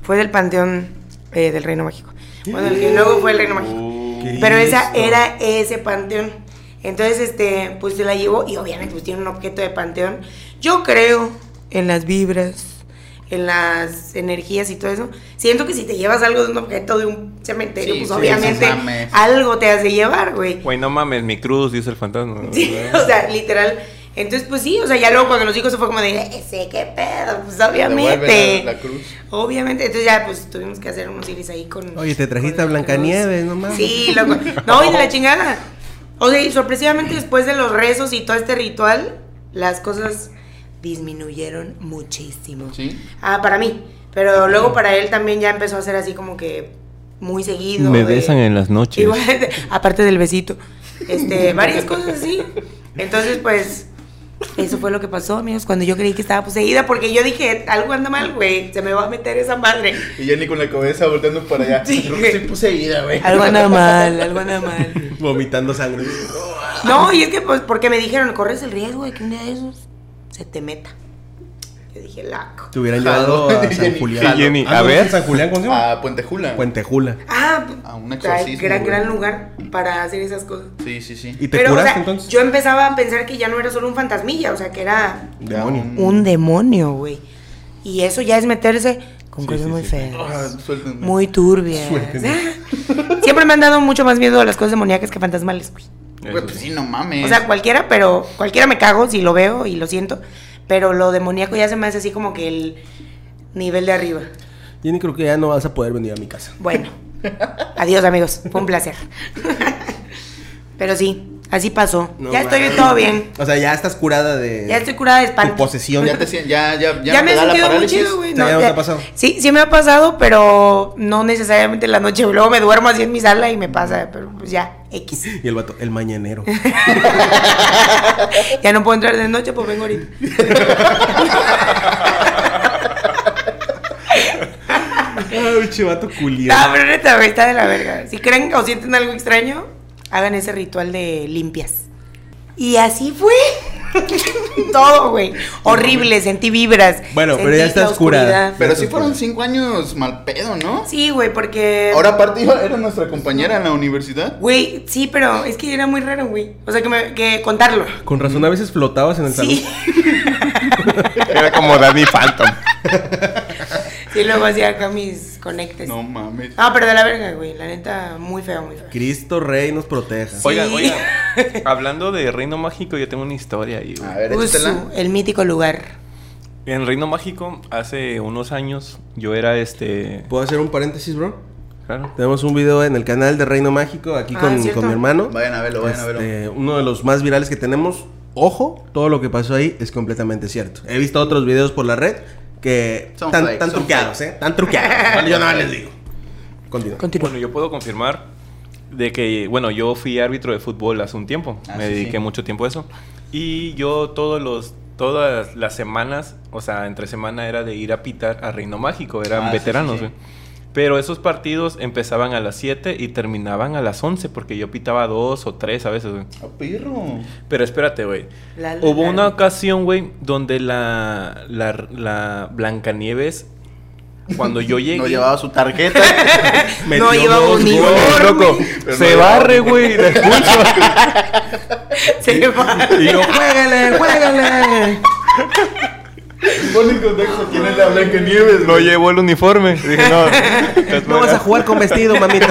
Speaker 3: fue del Panteón eh, del Reino Mágico. Bueno, el que luego fue el Reino Mágico. Pero esa era ese panteón. Entonces, este, pues se la llevó y obviamente pues tiene un objeto de panteón. Yo creo en las vibras, en las energías y todo eso. Siento que si te llevas algo de un objeto de un cementerio,
Speaker 2: Sí,
Speaker 3: pues
Speaker 2: sí,
Speaker 3: obviamente
Speaker 2: no mames.
Speaker 3: algo te has de llevar, güey.
Speaker 4: Güey, no mames, mi cruz, dice el fantasma.
Speaker 3: Sí, o sea, literal. Entonces, pues sí, o sea, ya luego cuando los hijos se fue como de, ese, qué pedo, pues
Speaker 2: Devuelve
Speaker 3: obviamente.
Speaker 2: la, la cruz.
Speaker 3: Obviamente, entonces ya pues tuvimos que hacer unos iris ahí con.
Speaker 1: Oye, te trajiste
Speaker 3: con
Speaker 1: a
Speaker 3: la
Speaker 1: Blancanieves,
Speaker 3: cruz.
Speaker 1: no mames.
Speaker 3: Sí, loco. No, y de la chingada. O sea, y sorpresivamente después de los rezos y todo este ritual, las cosas disminuyeron muchísimo.
Speaker 2: Sí.
Speaker 3: Ah, para mí. Pero luego para él también ya empezó a ser así como que muy seguido.
Speaker 4: Me
Speaker 3: de-
Speaker 4: besan en las noches.
Speaker 3: Igual, aparte del besito. Este, varias cosas así. Entonces, pues, eso fue lo que pasó, amigos, cuando yo creí que estaba poseída, porque yo dije, algo anda mal, güey, se me va a meter esa madre.
Speaker 2: Y Jenny con la cabeza volteando para allá.
Speaker 3: Sí,
Speaker 2: Creo que
Speaker 3: güey.
Speaker 2: estoy poseída, güey.
Speaker 3: Algo anda mal, algo anda mal.
Speaker 1: Vomitando sangre.
Speaker 3: No, y es que, pues, porque me dijeron, corres el riesgo de que un día de esos se te meta. Yo dije, laco.
Speaker 1: Te hubieran
Speaker 2: Jaló.
Speaker 1: llevado a San
Speaker 2: Jenny,
Speaker 1: Julián.
Speaker 2: jaló.
Speaker 5: Jenny,
Speaker 1: Ah,
Speaker 5: a
Speaker 1: no,
Speaker 5: ver.
Speaker 1: ¿es San Julián, ¿cómo se llama?
Speaker 2: A Puente Jula.
Speaker 1: Puentejula.
Speaker 3: Ah,
Speaker 2: A un
Speaker 3: trae
Speaker 2: exorcismo,
Speaker 3: gran,
Speaker 2: güey.
Speaker 3: gran lugar para hacer esas cosas.
Speaker 2: Sí, sí, sí.
Speaker 1: ¿Y te
Speaker 3: Pero, o
Speaker 1: curaste
Speaker 3: sea,
Speaker 1: entonces?
Speaker 3: yo empezaba a pensar que ya no era solo un fantasmilla, o sea, que era
Speaker 1: Demonio.
Speaker 3: un demonio, güey. Y eso ya es meterse con cosas muy feas.
Speaker 2: Ah, suéltenme.
Speaker 3: Muy turbias. Siempre me han dado mucho más miedo las cosas demoníacas que fantasmales, güey.
Speaker 2: Güey, pues sí, no mames.
Speaker 3: O sea, cualquiera, pero cualquiera me cago si lo veo y lo siento. Pero lo demoníaco ya se me hace así como que el nivel de arriba.
Speaker 1: Jenny, creo que ya no vas a poder venir a mi casa.
Speaker 3: Bueno, adiós amigos, fue un placer. pero sí, así pasó.
Speaker 1: No
Speaker 3: ya estoy
Speaker 1: mames.
Speaker 3: todo bien.
Speaker 1: O sea, ya estás curada de
Speaker 3: Ya estoy curada de
Speaker 1: tu
Speaker 3: espanto.
Speaker 1: posesión.
Speaker 2: ya te sien- ya, ya, ya,
Speaker 3: ya
Speaker 2: no
Speaker 3: me
Speaker 2: te
Speaker 3: he
Speaker 2: da la
Speaker 3: sentido muy
Speaker 2: parálisis.
Speaker 3: chido, güey.
Speaker 1: ¿Te- ya no te ha pasado?
Speaker 3: Sí, sí me ha pasado, pero no necesariamente en la noche. güey. Luego me duermo así en mi sala y me pasa, pero pues ya, X.
Speaker 1: Y el vato, el mañanero.
Speaker 3: Ya no puedo entrar de noche, pues vengo ahorita.
Speaker 1: Ay, chivato culiado.
Speaker 3: No, pero neta, güey, está de la verga. Si creen o sienten algo extraño, hagan ese ritual de limpias. Y así fue. Todo, güey. Horrible, sentí vibras.
Speaker 1: Bueno, pero
Speaker 3: sentí
Speaker 1: ya estás
Speaker 3: la oscuridad.
Speaker 1: curada.
Speaker 2: Pero sí fueron cinco años mal pedo, ¿no?
Speaker 3: Sí, güey, porque.
Speaker 2: Ahora aparte iba- era nuestra compañera en la universidad.
Speaker 3: Güey, sí, pero es que era muy raro, güey. O sea, que, me- que contarlo.
Speaker 1: Con razón a veces flotabas en el
Speaker 3: Sí.
Speaker 5: Era como Danny Phantom.
Speaker 3: Sí, luego hacía acá mis conectes.
Speaker 2: No
Speaker 3: No.
Speaker 2: mames.
Speaker 3: pero de la verga, güey. La neta, muy feo, muy feo.
Speaker 1: salón. Cristo Rey nos proteja.
Speaker 3: Sí.
Speaker 5: Oigan, oigan. Hablando de Reino Mágico, yo tengo una historia ahí, güey.
Speaker 2: A ver,
Speaker 3: Usu,
Speaker 2: échatela.
Speaker 3: el mítico lugar.
Speaker 5: En Reino Mágico, hace unos años, yo era este.
Speaker 1: ¿Puedo hacer un paréntesis, bro?
Speaker 5: Claro.
Speaker 1: Tenemos un video en el canal de Reino Mágico aquí
Speaker 3: Ah,
Speaker 1: con,
Speaker 3: ¿cierto?
Speaker 1: con mi hermano.
Speaker 2: Vayan a verlo, vayan a verlo.
Speaker 1: Este, Uno de los más virales que tenemos. Ojo, todo lo que pasó ahí es completamente cierto. He visto otros videos por la red que
Speaker 2: Son
Speaker 1: tan,
Speaker 2: fake,
Speaker 1: tan
Speaker 2: son
Speaker 1: truqueados, ¿eh? Tan truqueados. Bueno, yo nada les digo. Continúa.
Speaker 3: Continúa.
Speaker 5: Bueno, yo puedo confirmar de que, bueno, yo fui árbitro de fútbol hace un tiempo.
Speaker 2: Ah,
Speaker 5: me
Speaker 2: sí,
Speaker 5: dediqué
Speaker 2: sí.
Speaker 5: mucho tiempo a eso. Y yo todos los, todas las semanas, o sea, entre semana era de ir a pitar a Reino Mágico. Eran
Speaker 2: Ah, sí, sí,
Speaker 5: veteranos,
Speaker 2: sí.
Speaker 5: güey. Pero esos partidos empezaban a las 7 y terminaban a las 11 porque yo pitaba dos o tres a veces, güey.
Speaker 2: A Ah, perro.
Speaker 5: Pero espérate, güey.
Speaker 3: La- la-
Speaker 5: Hubo
Speaker 3: la-
Speaker 5: una ocasión, güey, donde la, la, la Blancanieves, cuando yo llegué...
Speaker 2: No llevaba su tarjeta.
Speaker 3: no
Speaker 1: Metió
Speaker 3: llevaba
Speaker 1: dos
Speaker 3: un
Speaker 1: goles.
Speaker 3: uniforme.
Speaker 5: loco,
Speaker 2: Pero
Speaker 5: se
Speaker 2: no
Speaker 5: barre, güey, y la expulso.
Speaker 3: Se va.
Speaker 5: Y yo,
Speaker 1: ¡Juégale, juégale!
Speaker 2: Ponle en contexto quién es la Blanca Nieves,
Speaker 5: no llevó el uniforme. Dije, no. estás
Speaker 1: No vas a
Speaker 5: fuera.
Speaker 1: jugar con vestido, mamita.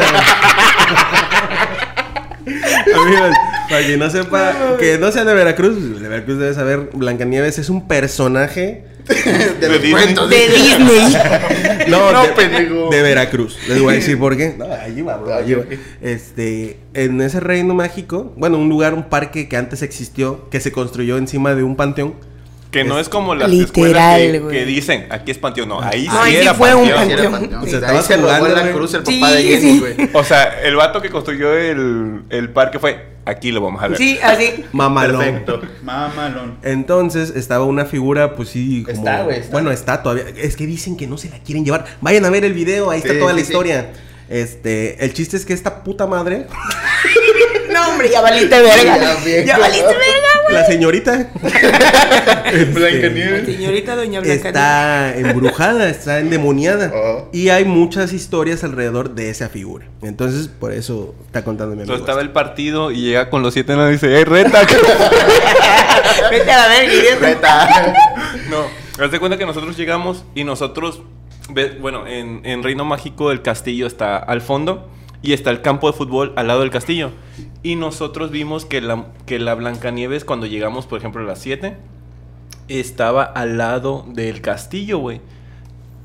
Speaker 1: Amigos, para quien no sepa, que no sea de Veracruz, de Veracruz debe saber, Blancanieves es un personaje.
Speaker 2: De los cuentos.
Speaker 3: De Disney.
Speaker 1: No,
Speaker 2: No,
Speaker 1: de,
Speaker 2: pendejo.
Speaker 1: de Veracruz. Les voy a decir por qué. No, allí va, bro, allí va. Este, en ese reino mágico, bueno, un lugar, un parque que antes existió, que se construyó encima de un panteón.
Speaker 5: Que no es como las
Speaker 3: Literal,
Speaker 5: escuelas que,
Speaker 3: güey.
Speaker 5: que dicen, aquí es panteón. No, ahí
Speaker 3: No,
Speaker 5: sí
Speaker 3: ahí sí
Speaker 5: era
Speaker 3: fue un
Speaker 5: panteón.
Speaker 2: Sí, era panteón.
Speaker 1: O sea,
Speaker 2: Ahí
Speaker 1: estabas
Speaker 2: se robó
Speaker 1: jugando,
Speaker 2: la
Speaker 1: güey.
Speaker 2: cruz el
Speaker 3: Sí,
Speaker 2: papá de Jenny,
Speaker 3: sí.
Speaker 2: güey.
Speaker 5: O sea, el vato que construyó el, el parque fue, aquí lo vamos a ver.
Speaker 3: Sí, así.
Speaker 1: Mamalón.
Speaker 2: Perfecto. Mamalón.
Speaker 1: Entonces estaba una figura, pues sí. Como,
Speaker 2: Está, güey, está.
Speaker 1: Bueno, está todavía. Es que dicen que no se la quieren llevar. Vayan a ver el video, ahí
Speaker 2: Sí,
Speaker 1: está toda la
Speaker 2: sí, sí.
Speaker 1: historia. Este, el chiste es que esta puta madre,
Speaker 3: No, hombre, ya valiste verga. Ya,
Speaker 2: Ya, viejo.
Speaker 3: valiste verga.
Speaker 1: la señorita, este,
Speaker 2: Blanca
Speaker 3: La
Speaker 2: Nieves.
Speaker 3: señorita Doña Blanca.
Speaker 1: está embrujada, está endemoniada.
Speaker 5: Oh.
Speaker 2: Ajá.
Speaker 1: Y hay muchas historias alrededor de esa figura. Entonces, por eso está contando mi amigo.
Speaker 5: Entonces estaba el partido y llega con los siete enanos y dice, ¡Ey, reta!
Speaker 3: Vete a la verga. idiota.
Speaker 5: No, haz de cuenta que nosotros llegamos y nosotros, ve- bueno, en, en Reino Mágico el castillo está al fondo y está el campo de fútbol al lado del castillo. Y nosotros vimos que la, que la Blancanieves, cuando llegamos, por ejemplo, a las 7, estaba al lado del castillo, güey.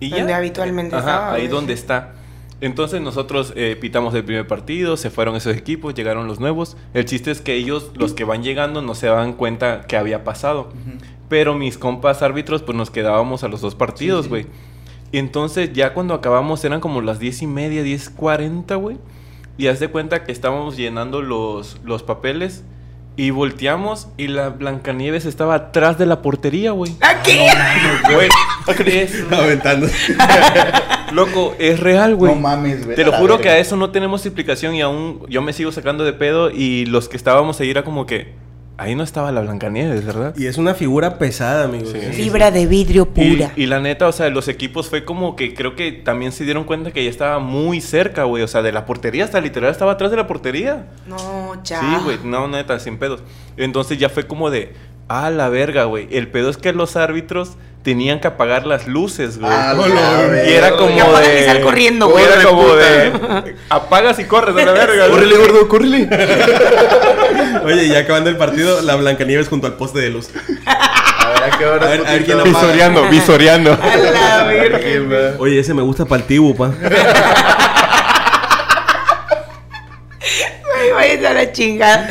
Speaker 5: Y eh,
Speaker 3: Donde habitualmente
Speaker 5: Ajá,
Speaker 3: estaba,
Speaker 5: ahí
Speaker 3: güey.
Speaker 5: donde está. Entonces nosotros eh, pitamos el primer partido, se fueron esos equipos, llegaron los nuevos. El chiste es que ellos, los que van llegando, no se dan cuenta que había pasado. Pero mis compas árbitros, pues nos quedábamos a los dos partidos, güey. Entonces ya cuando acabamos eran como las diez y media, diez cuarenta, güey. Y haz de cuenta que estábamos llenando los, los papeles y volteamos y la Blancanieves estaba atrás de la portería, güey.
Speaker 3: ¡Aquí!
Speaker 5: Güey,
Speaker 2: Ah,
Speaker 5: es-
Speaker 1: Aventando.
Speaker 5: Loco, es real, güey.
Speaker 2: No mames, güey.
Speaker 5: Te lo
Speaker 2: la
Speaker 5: juro que
Speaker 2: verga.
Speaker 5: a eso no tenemos explicación y aún yo me sigo sacando de pedo y los que estábamos ahí era como que ahí no estaba la Blancanieves, ¿verdad?
Speaker 1: Y es una figura pesada, amigos.
Speaker 5: Sí.
Speaker 3: Fibra de vidrio
Speaker 5: Y,
Speaker 3: pura.
Speaker 5: y la neta, o sea, los equipos fue como que creo que también se dieron cuenta que ya estaba muy cerca, güey. O sea, de la portería hasta literal estaba atrás de la portería.
Speaker 3: No, cha.
Speaker 5: Sí, güey, no, neta, sin pedos. Entonces ya fue como de, ah, la verga, güey. El pedo es que los árbitros tenían que apagar las luces, güey.
Speaker 2: Ah, la
Speaker 5: y era
Speaker 2: verga.
Speaker 5: como
Speaker 3: Y apagas y
Speaker 5: de.
Speaker 3: sal corriendo, güey.
Speaker 5: Era
Speaker 2: Córrele,
Speaker 5: como
Speaker 2: puta.
Speaker 5: de. Apagas y corres a la verga. güey.
Speaker 1: Córrele, gordo, córrele. Oye, y acabando el partido, la Blancanieves junto al poste de luz.
Speaker 2: A ver, ¿a qué hora
Speaker 1: A ver, a ver quién
Speaker 2: putito?
Speaker 1: apaga.
Speaker 4: Visoreando, visoreando.
Speaker 3: A la verga.
Speaker 2: ¿Quién va?
Speaker 1: Oye, ese me gusta para el tibu, pa.
Speaker 3: Ay, Váyanse a la chingada.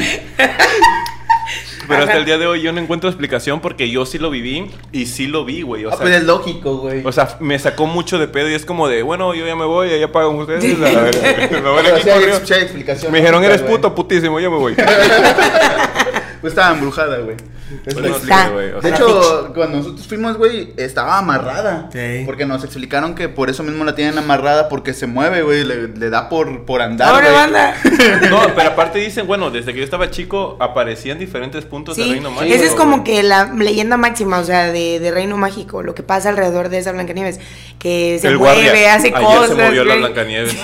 Speaker 5: Pero hasta el día de hoy yo no encuentro explicación porque yo sí lo viví y sí lo vi, güey. O
Speaker 2: Ah,
Speaker 5: sea,
Speaker 2: pues es lógico, güey.
Speaker 5: o sea, me sacó mucho de pedo y es como de, bueno, yo ya me voy, ahí apagan ustedes. a la verga. Me van
Speaker 2: Pero
Speaker 5: aquí
Speaker 2: sí hay
Speaker 5: corriendo.
Speaker 2: ex- sí hay explicación.
Speaker 5: Me dijeron,
Speaker 2: lógica,
Speaker 5: eres
Speaker 2: güey.
Speaker 5: puto, putísimo, yo me voy.
Speaker 2: Pues estaba embrujada, güey. Es
Speaker 5: Bueno,
Speaker 2: lo-
Speaker 5: sí, güey, o
Speaker 2: de
Speaker 5: sea,
Speaker 2: hecho, cuando nosotros fuimos, güey, estaba amarrada.
Speaker 1: Sí.
Speaker 2: Porque nos explicaron que por eso mismo la tienen amarrada, porque se mueve, güey, le, le da por, por andar.
Speaker 3: Ahora
Speaker 2: güey.
Speaker 3: banda.
Speaker 5: No, pero aparte dicen, bueno, desde que yo estaba chico aparecían diferentes puntos del
Speaker 3: Sí,
Speaker 5: reino mágico.
Speaker 3: esa es
Speaker 5: güey.
Speaker 3: como que la leyenda máxima, o sea, de, de Reino Mágico, lo que pasa alrededor de esa Blancanieves, que se
Speaker 5: El
Speaker 3: mueve,
Speaker 5: guardia.
Speaker 3: hace
Speaker 5: Ayer
Speaker 3: cosas.
Speaker 5: se movió la
Speaker 3: güey.
Speaker 5: Blancanieves.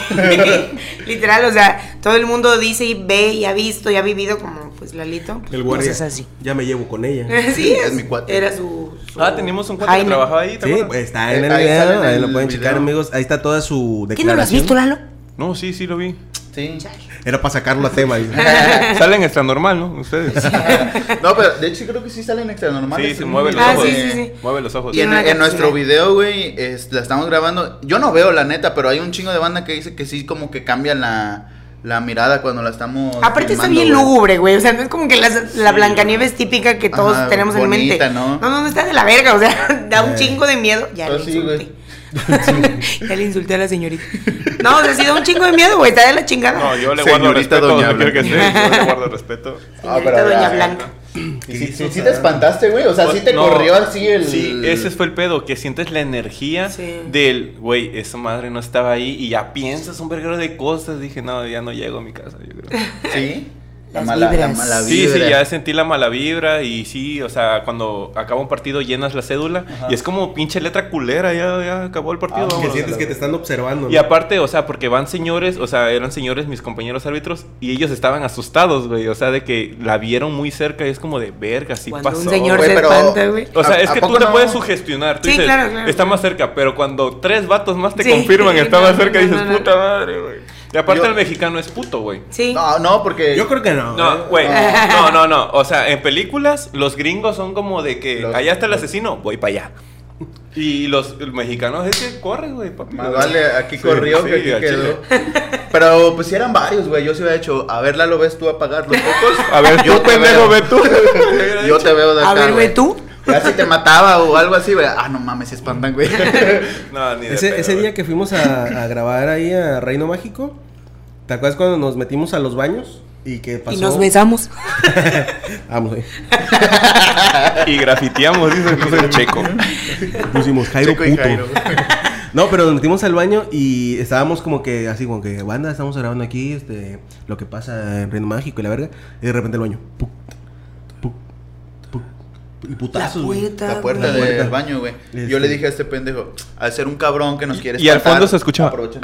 Speaker 3: Literal, o sea, todo el mundo dice y ve y ha visto y ha vivido como pues Lalito. pues,
Speaker 1: El guardia.
Speaker 3: pues, es así. Eh.
Speaker 1: Ya me llevo con ella.
Speaker 3: Sí,
Speaker 2: Es
Speaker 3: es-
Speaker 2: mi cuate.
Speaker 3: Era su, su-
Speaker 5: Ah, teníamos un cuate que
Speaker 3: Jaime.
Speaker 5: trabajaba ahí, ¿te
Speaker 1: Sí, pues,
Speaker 5: acuerdas?
Speaker 1: está en
Speaker 2: Eh,
Speaker 1: el
Speaker 2: ahí sale
Speaker 1: video,
Speaker 2: en
Speaker 1: ahí lo
Speaker 2: el
Speaker 1: pueden checar,
Speaker 2: video.
Speaker 1: amigos. Ahí está toda su
Speaker 3: ¿Qué no lo has
Speaker 1: declaración.
Speaker 3: visto, Lalo?
Speaker 5: No, sí, sí lo vi.
Speaker 2: Sí.
Speaker 1: Era para sacarlo a tema. dice.
Speaker 3: Ah.
Speaker 5: Salen extra normal, ¿no? Ustedes.
Speaker 2: No, pero de hecho creo que sí salen extra normales.
Speaker 5: Sí, se mueve los
Speaker 3: Ah,
Speaker 5: ojos.
Speaker 3: sí, sí, sí.
Speaker 5: Mueve los ojos.
Speaker 2: Y en,
Speaker 3: Tiene una
Speaker 2: en
Speaker 3: cápsula.
Speaker 2: nuestro video, güey, es- la estamos grabando. Yo no veo la neta, pero hay un chingo de banda que dice que sí, como que cambian la, la mirada cuando la estamos.
Speaker 3: Aparte está
Speaker 2: filmando,
Speaker 3: bien
Speaker 2: güey.
Speaker 3: lúgubre, güey. O sea, no es como que las- la Blancanieves típica que todos
Speaker 2: Ajá,
Speaker 3: tenemos en
Speaker 2: bonita,
Speaker 3: mente.
Speaker 2: ¿no?
Speaker 3: no, no está de la verga. O sea, da un
Speaker 1: Eh.
Speaker 3: chingo de miedo. Ya
Speaker 2: Pues
Speaker 3: le
Speaker 2: sí, güey.
Speaker 3: insulté. ya le insulté a la señorita. No, o sea, sí da un chingo de miedo, güey. Está de la chingada.
Speaker 5: No, yo le guardo
Speaker 2: Señorita
Speaker 5: respeto.
Speaker 2: Doña
Speaker 5: Doña
Speaker 2: Blanca.
Speaker 5: Blanca. Que esté, yo le guardo respeto.
Speaker 2: Ah,
Speaker 3: Señorita
Speaker 2: pero
Speaker 3: Doña
Speaker 2: ya.
Speaker 3: Blanca.
Speaker 2: Y Sí, sí, sí te espantaste, güey. O sea, sí te
Speaker 5: No,
Speaker 2: corrió así el.
Speaker 5: Sí, ese fue el pedo, que sientes la energía
Speaker 3: Sí.
Speaker 5: del, güey, esa madre no estaba ahí y ya piensas un verguero de cosas. Dije, no, ya no llego a mi casa, yo creo.
Speaker 2: Sí. La
Speaker 3: Las
Speaker 2: mala, la
Speaker 3: vibras.
Speaker 2: mala
Speaker 5: Sí, sí,
Speaker 2: vibra.
Speaker 5: ya sentí la mala vibra y sí, o sea, cuando acaba un partido llenas la cédula y es como pinche letra culera, ya, ya acabó el partido.
Speaker 2: Ah,
Speaker 5: vámonos
Speaker 1: Que
Speaker 5: a
Speaker 1: sientes
Speaker 5: la
Speaker 1: que te están observando.
Speaker 5: Y
Speaker 1: ¿no?
Speaker 5: aparte, o sea, porque van señores, o sea, eran señores mis compañeros árbitros y ellos estaban asustados, güey, o sea, de que la vieron muy cerca y es como de verga, si
Speaker 3: Cuando
Speaker 5: pasó.
Speaker 3: un señor
Speaker 2: güey,
Speaker 3: se
Speaker 2: pero-
Speaker 3: espanta, güey.
Speaker 5: O sea,
Speaker 2: ¿A-
Speaker 5: es
Speaker 2: a
Speaker 5: que tú
Speaker 2: poco
Speaker 5: te
Speaker 2: no?
Speaker 5: puedes sugestionar. Tú
Speaker 3: Sí,
Speaker 5: dices,
Speaker 3: claro, claro.
Speaker 5: Está más cerca, pero cuando tres vatos más te
Speaker 3: Sí.
Speaker 5: confirman que estaba
Speaker 3: No,
Speaker 5: cerca,
Speaker 3: no,
Speaker 5: dices,
Speaker 3: no, no.
Speaker 5: puta madre, güey. Y aparte,
Speaker 2: Yo-
Speaker 5: el mexicano es puto, güey.
Speaker 3: Sí.
Speaker 2: No, no, porque.
Speaker 1: Yo creo que no.
Speaker 5: No,
Speaker 1: ¿eh?
Speaker 5: güey. No, no, no. O sea, en películas los gringos son como de que
Speaker 2: Los-
Speaker 5: allá está el asesino, voy para allá. Y los mexicanos es que corre, güey, papi.
Speaker 2: Más vale, aquí
Speaker 5: Sí,
Speaker 2: corrió que
Speaker 5: sí,
Speaker 2: aquí
Speaker 5: a
Speaker 2: quedó. Pero pues si eran varios, güey. Yo sí hubiera hecho, a ver, Lalo, ves tú a pagar los pocos.
Speaker 5: A ver,
Speaker 2: yo
Speaker 5: tú,
Speaker 2: veo.
Speaker 5: pendejo, ve tú.
Speaker 2: Yo te veo de acá.
Speaker 3: A ver, güey, tú.
Speaker 2: Ya si te mataba o algo así, güey. Ah, no mames, se espantan, güey.
Speaker 5: No, ni de
Speaker 1: Ese,
Speaker 5: pedo,
Speaker 1: ese
Speaker 5: güey.
Speaker 2: eh.
Speaker 1: día que fuimos a, a grabar ahí a Reino Mágico, ¿te acuerdas cuando nos metimos a los baños? Y que pasó. Ah,
Speaker 3: Y nos besamos.
Speaker 1: Vamos, güey.
Speaker 5: Y grafiteamos, dice incluso el checo.
Speaker 1: Pusimos Jairo
Speaker 2: Checo y
Speaker 1: puto.
Speaker 2: Jairo.
Speaker 1: No, pero nos metimos al baño y estábamos como que así, como que, banda, estamos grabando aquí, este, lo que pasa en Reino Mágico y la verga. Y de repente el baño. puc, puc, puc, y putazos, güey.
Speaker 2: La puerta
Speaker 1: güey.
Speaker 2: del baño, güey. Yo
Speaker 1: Este.
Speaker 2: le dije a este pendejo, al ser un cabrón que nos quiere
Speaker 5: y al
Speaker 2: espantar,
Speaker 5: fondo se escuchaba.
Speaker 2: aprovecha".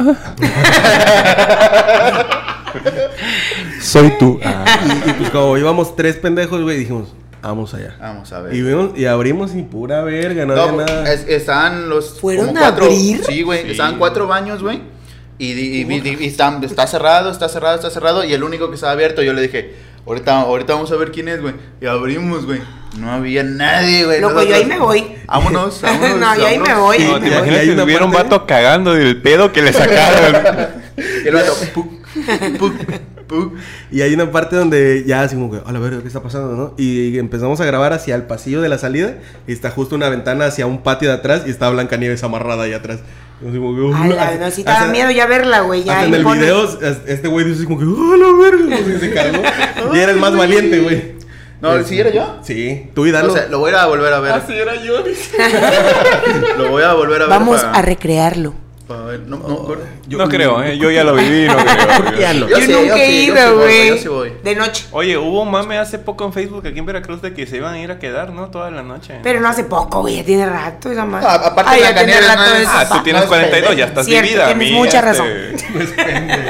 Speaker 5: Soy tú.
Speaker 1: Y, y pues como íbamos tres pendejos, güey, dijimos, vamos allá.
Speaker 2: Vamos a ver.
Speaker 1: Y, vimos, y abrimos y pura verga, no,
Speaker 2: No, pues,
Speaker 1: había nada.
Speaker 2: es- estaban los.
Speaker 3: ¿Fueron
Speaker 2: como
Speaker 3: a abrir?
Speaker 2: Sí, güey. Estaban cuatro baños, güey. Y, di- y vi- di- y está, está cerrado, está cerrado, está cerrado. Y el único que estaba abierto, yo le dije, ahorita, ahorita vamos a ver quién es, güey. Y abrimos, güey. No había nadie, güey.
Speaker 3: Loco, yo ahí me voy.
Speaker 2: Vámonos, vámonos.
Speaker 3: No, yo ahí me
Speaker 2: vámonos.
Speaker 3: voy.
Speaker 5: No, te
Speaker 1: Y
Speaker 5: imaginas
Speaker 1: hay
Speaker 5: que
Speaker 1: una
Speaker 5: hubiera un
Speaker 1: parte-
Speaker 5: vato cagando del pedo que le sacaron.
Speaker 2: Y el vato, puc, puc, puc.
Speaker 1: Y hay una parte donde ya así como que, a la verga, ¿qué está pasando, no? Y empezamos a grabar hacia el pasillo de la salida y está justo una ventana hacia un patio de atrás y está Blancanieves amarrada ahí atrás. Y así como que,
Speaker 3: Ay,
Speaker 1: "Hola".
Speaker 3: la verdad, sí te da
Speaker 1: Hasta-
Speaker 3: miedo ya verla, güey. Ya
Speaker 1: hasta en el
Speaker 3: impone.
Speaker 1: video, es- este güey dice así como que, ¡oh, la verga! como que se cargó. y era el más valiente, güey.
Speaker 2: No,
Speaker 1: Este,
Speaker 2: ¿sí era yo?
Speaker 1: Sí, tú y Dalo.
Speaker 2: O sea, lo voy a ir a volver a ver.
Speaker 5: era yo.
Speaker 2: Lo voy a volver a ver.
Speaker 3: Vamos
Speaker 2: para-
Speaker 3: a recrearlo.
Speaker 2: para ver. No, no, por-
Speaker 5: No creo, ¿eh? yo ya lo viví, no creo.
Speaker 1: Ya lo-
Speaker 2: Yo
Speaker 3: Yo,
Speaker 2: sí, yo
Speaker 3: nunca he
Speaker 2: sí, yo sí
Speaker 3: ido,
Speaker 2: voy,
Speaker 3: güey.
Speaker 2: yo sí voy.
Speaker 3: De noche.
Speaker 5: Oye, hubo un mame hace poco en Facebook aquí en Veracruz de que se iban a ir a quedar, ¿no? Toda la noche.
Speaker 3: Pero no hace poco, güey. Ya tiene rato esa madre.
Speaker 2: No, aparte
Speaker 3: Ay,
Speaker 2: la
Speaker 3: ya tiene
Speaker 2: canela
Speaker 3: rato
Speaker 2: no es-
Speaker 3: eso,
Speaker 5: ah,
Speaker 3: pa.
Speaker 5: tú tienes
Speaker 2: no es
Speaker 5: 42,
Speaker 2: pendejo.
Speaker 5: ya estás
Speaker 3: Cierto,
Speaker 5: vivida.
Speaker 3: tienes
Speaker 5: a mí,
Speaker 3: mucha
Speaker 5: este,
Speaker 3: razón.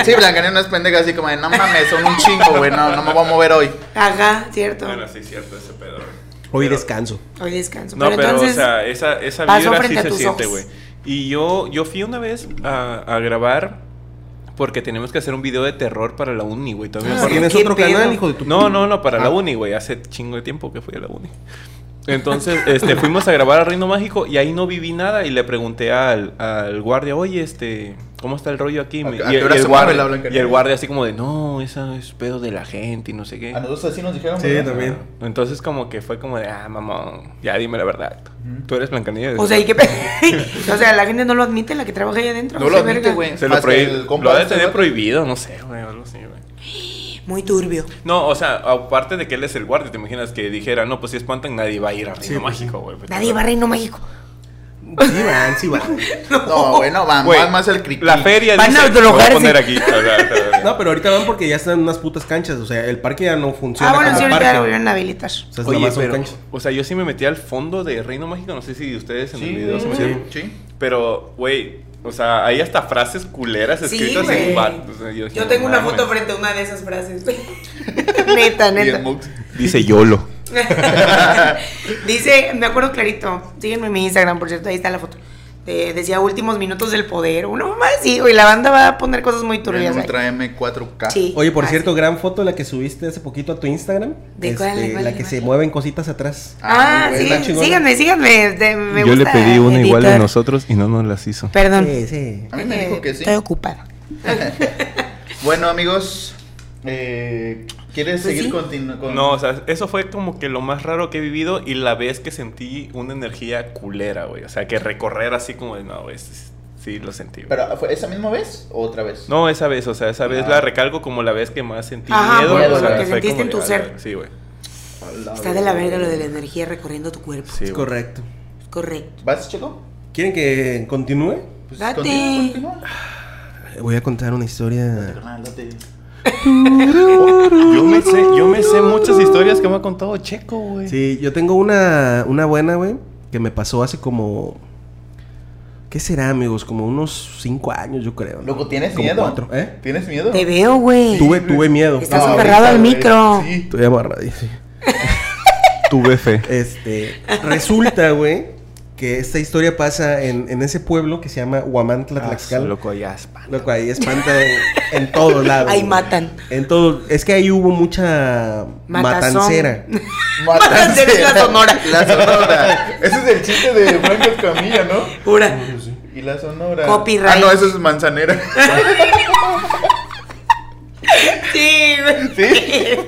Speaker 2: Sí, Blancanieves no es pendeja así como de, no mames, son un chingo, güey, no, no me voy a mover hoy.
Speaker 3: Ajá, cierto.
Speaker 5: Bueno, sí, cierto, ese pedo.
Speaker 1: Hoy
Speaker 5: Pero-
Speaker 1: descanso.
Speaker 3: Hoy descanso.
Speaker 5: No, pero,
Speaker 3: entonces,
Speaker 5: o sea, esa, esa
Speaker 3: pasó
Speaker 5: vibra sí
Speaker 3: frente a
Speaker 5: se
Speaker 3: tus
Speaker 5: siente,
Speaker 3: ojos.
Speaker 5: güey. Y yo, yo fui una vez a, a grabar porque tenemos que hacer un video de terror para la uni, güey. Todavía me
Speaker 3: Ah,
Speaker 5: acuerdo.
Speaker 1: ¿Tienes
Speaker 3: ¿Qué
Speaker 1: otro
Speaker 3: pedo?
Speaker 1: canal, hijo de tu
Speaker 5: No, no, no,
Speaker 2: Ah.
Speaker 5: para la uni, güey. Hace chingo de tiempo que fui a la uni. Entonces, este, fuimos a grabar al Reino Mágico y ahí no viví nada y le pregunté al, al guardia, oye, este, ¿cómo está el rollo aquí?
Speaker 2: ¿A
Speaker 5: Me-
Speaker 2: qué-
Speaker 5: y,
Speaker 2: a
Speaker 5: y
Speaker 2: qué hora
Speaker 5: el
Speaker 2: se mueve la
Speaker 5: guardia,
Speaker 2: Blancanieves?
Speaker 5: y el guardia así como de, no, esa es pedo de la gente y no sé qué.
Speaker 2: A nosotros así nos dijeron,
Speaker 1: Sí,
Speaker 2: ¿verdad?
Speaker 1: también.
Speaker 5: Entonces como que fue como de, ah, mamón, ya dime la verdad. Tú eres Blancanieves.
Speaker 3: O sea, ¿y qué pe- O sea, la gente no lo admite, la que trabaja ahí adentro.
Speaker 2: No lo
Speaker 3: sí,
Speaker 2: admite,
Speaker 3: verga.
Speaker 2: güey.
Speaker 5: Se lo,
Speaker 2: Más que
Speaker 5: prohí-
Speaker 2: el compa
Speaker 5: lo ha de
Speaker 2: este,
Speaker 5: tener
Speaker 2: ¿no?
Speaker 5: prohibido, no sé, güey, algo así, güey.
Speaker 3: Muy turbio.
Speaker 5: No, o sea, aparte de que él es el guardia, te imaginas que dijera, no, pues si espantan, nadie va a ir a Reino
Speaker 1: Sí, pues,
Speaker 5: Mágico, güey. Pues,
Speaker 3: Nadie va a Reino Mágico.
Speaker 1: Sí van, sí van.
Speaker 2: No, güey, no, van,
Speaker 5: Güey,
Speaker 2: van más el criqui.
Speaker 5: La feria
Speaker 3: Van a
Speaker 5: dice, lo voy a
Speaker 3: drogarse.
Speaker 5: poner aquí. o sea,
Speaker 1: No, pero ahorita van porque ya están unas putas canchas. O sea, el parque ya no funciona
Speaker 3: Ah, bueno,
Speaker 1: como
Speaker 3: sí, ahorita
Speaker 1: parque.
Speaker 3: lo volvieron a habilitar.
Speaker 1: O sea, pues, es
Speaker 5: Oye,
Speaker 1: nada más son
Speaker 5: pero,
Speaker 1: canchas.
Speaker 5: o sea, yo sí me metí al fondo de Reino Mágico, no sé si ustedes en el
Speaker 2: Sí,
Speaker 5: video se
Speaker 2: sí,
Speaker 5: metieron.
Speaker 2: sí.
Speaker 5: Pero, güey, o sea, hay hasta frases culeras
Speaker 3: Sí,
Speaker 5: escritas
Speaker 3: güey.
Speaker 5: en bat. o sea, dije,
Speaker 3: Yo tengo
Speaker 5: "No
Speaker 3: una
Speaker 5: mames".
Speaker 3: foto frente a una de esas frases. güey. neta,
Speaker 2: Y el
Speaker 3: neta.
Speaker 2: Mux.
Speaker 5: Dice YOLO.
Speaker 3: Dice, me acuerdo clarito, síguenme en mi Instagram, por cierto, ahí está la foto. Eh, decía últimos minutos del poder, uno más, sí, güey, la banda va a poner cosas muy
Speaker 2: En
Speaker 3: turbias. ahí.
Speaker 2: Ultra M4K.
Speaker 3: Ah, Sí.
Speaker 1: Oye, por
Speaker 3: así.
Speaker 1: cierto, gran foto la que subiste hace poquito a tu Instagram. Este,
Speaker 3: ¿De cuál, de cuál,
Speaker 1: la
Speaker 3: de
Speaker 1: que
Speaker 3: cuál?
Speaker 1: se mueven cositas atrás.
Speaker 3: Ah,
Speaker 2: güey,
Speaker 3: sí,
Speaker 1: está chingona.
Speaker 3: síganme, síganme. este, me
Speaker 5: Yo le
Speaker 3: gusta
Speaker 5: pedí una igual a
Speaker 3: editar.
Speaker 5: nosotros y no nos las hizo.
Speaker 3: Perdón.
Speaker 1: Sí, sí.
Speaker 2: A mí me dijo que sí.
Speaker 3: Estoy ocupada.
Speaker 2: Bueno, amigos, eh, ¿quieres
Speaker 3: Pues
Speaker 2: seguir
Speaker 3: sí.
Speaker 2: continu- con...?
Speaker 5: No, o sea, eso fue como que lo más raro que he vivido y la vez que sentí una energía culera, güey. O sea, que recorrer así como de, no, güey, este sí, sí lo sentí. güey".
Speaker 2: ¿Pero fue esa misma vez o otra vez?
Speaker 5: No, esa vez, o sea, esa vez
Speaker 2: Ah.
Speaker 5: la recalco como la vez que más sentí
Speaker 3: Ajá,
Speaker 5: miedo.
Speaker 2: por
Speaker 5: o
Speaker 2: lo
Speaker 5: sea,
Speaker 2: que
Speaker 5: fue
Speaker 3: sentiste
Speaker 5: como
Speaker 3: en tu
Speaker 5: de, "Ah,
Speaker 3: ser".
Speaker 5: Sí, güey.
Speaker 2: A la
Speaker 3: Está de la verga lo de la energía recorriendo tu cuerpo.
Speaker 5: Sí,
Speaker 1: Es
Speaker 5: güey.
Speaker 1: correcto.
Speaker 3: Correcto.
Speaker 2: ¿Vas, Checo?
Speaker 1: ¿Quieren que continúe?
Speaker 2: Pues,
Speaker 3: Date.
Speaker 2: continúa, continúa. Ah,
Speaker 1: Voy a contar una historia.
Speaker 2: Carnal, date.
Speaker 5: Yo me sé, yo me sé muchas historias que me ha contado Checo, güey.
Speaker 1: Sí, yo tengo una, una buena, güey, que me pasó hace como... ¿Qué será, amigos? Como unos cinco años, yo creo. ¿no?
Speaker 2: Loco, ¿tienes
Speaker 1: Como
Speaker 2: miedo?
Speaker 1: cuatro, ¿eh?
Speaker 2: ¿Tienes miedo?
Speaker 3: Te veo, güey.
Speaker 1: Tuve, tuve miedo.
Speaker 3: Estás
Speaker 2: No,
Speaker 3: aferrado al
Speaker 2: ahorita,
Speaker 3: micro.
Speaker 2: güey, sí.
Speaker 1: Estoy amarradísimo.
Speaker 5: Tuve fe.
Speaker 1: Este, resulta, güey, que esta historia pasa en, en ese pueblo que se llama Huamantla, Tlaxcala.
Speaker 5: Ah, Loco, ya espan-
Speaker 1: Loco, ahí espanta en, en todos lados.
Speaker 3: Ahí
Speaker 1: güey.
Speaker 3: matan.
Speaker 1: En todo, es que ahí hubo mucha
Speaker 3: Matazón.
Speaker 1: matancera.
Speaker 3: Matancera es la Sonora.
Speaker 2: La Sonora. Ese es el chiste de Franco Escamilla, ¿no?
Speaker 3: Jura.
Speaker 2: Y la Sonora.
Speaker 3: Copyright.
Speaker 2: Ah, no, eso es Manzanera.
Speaker 3: Sí, güey.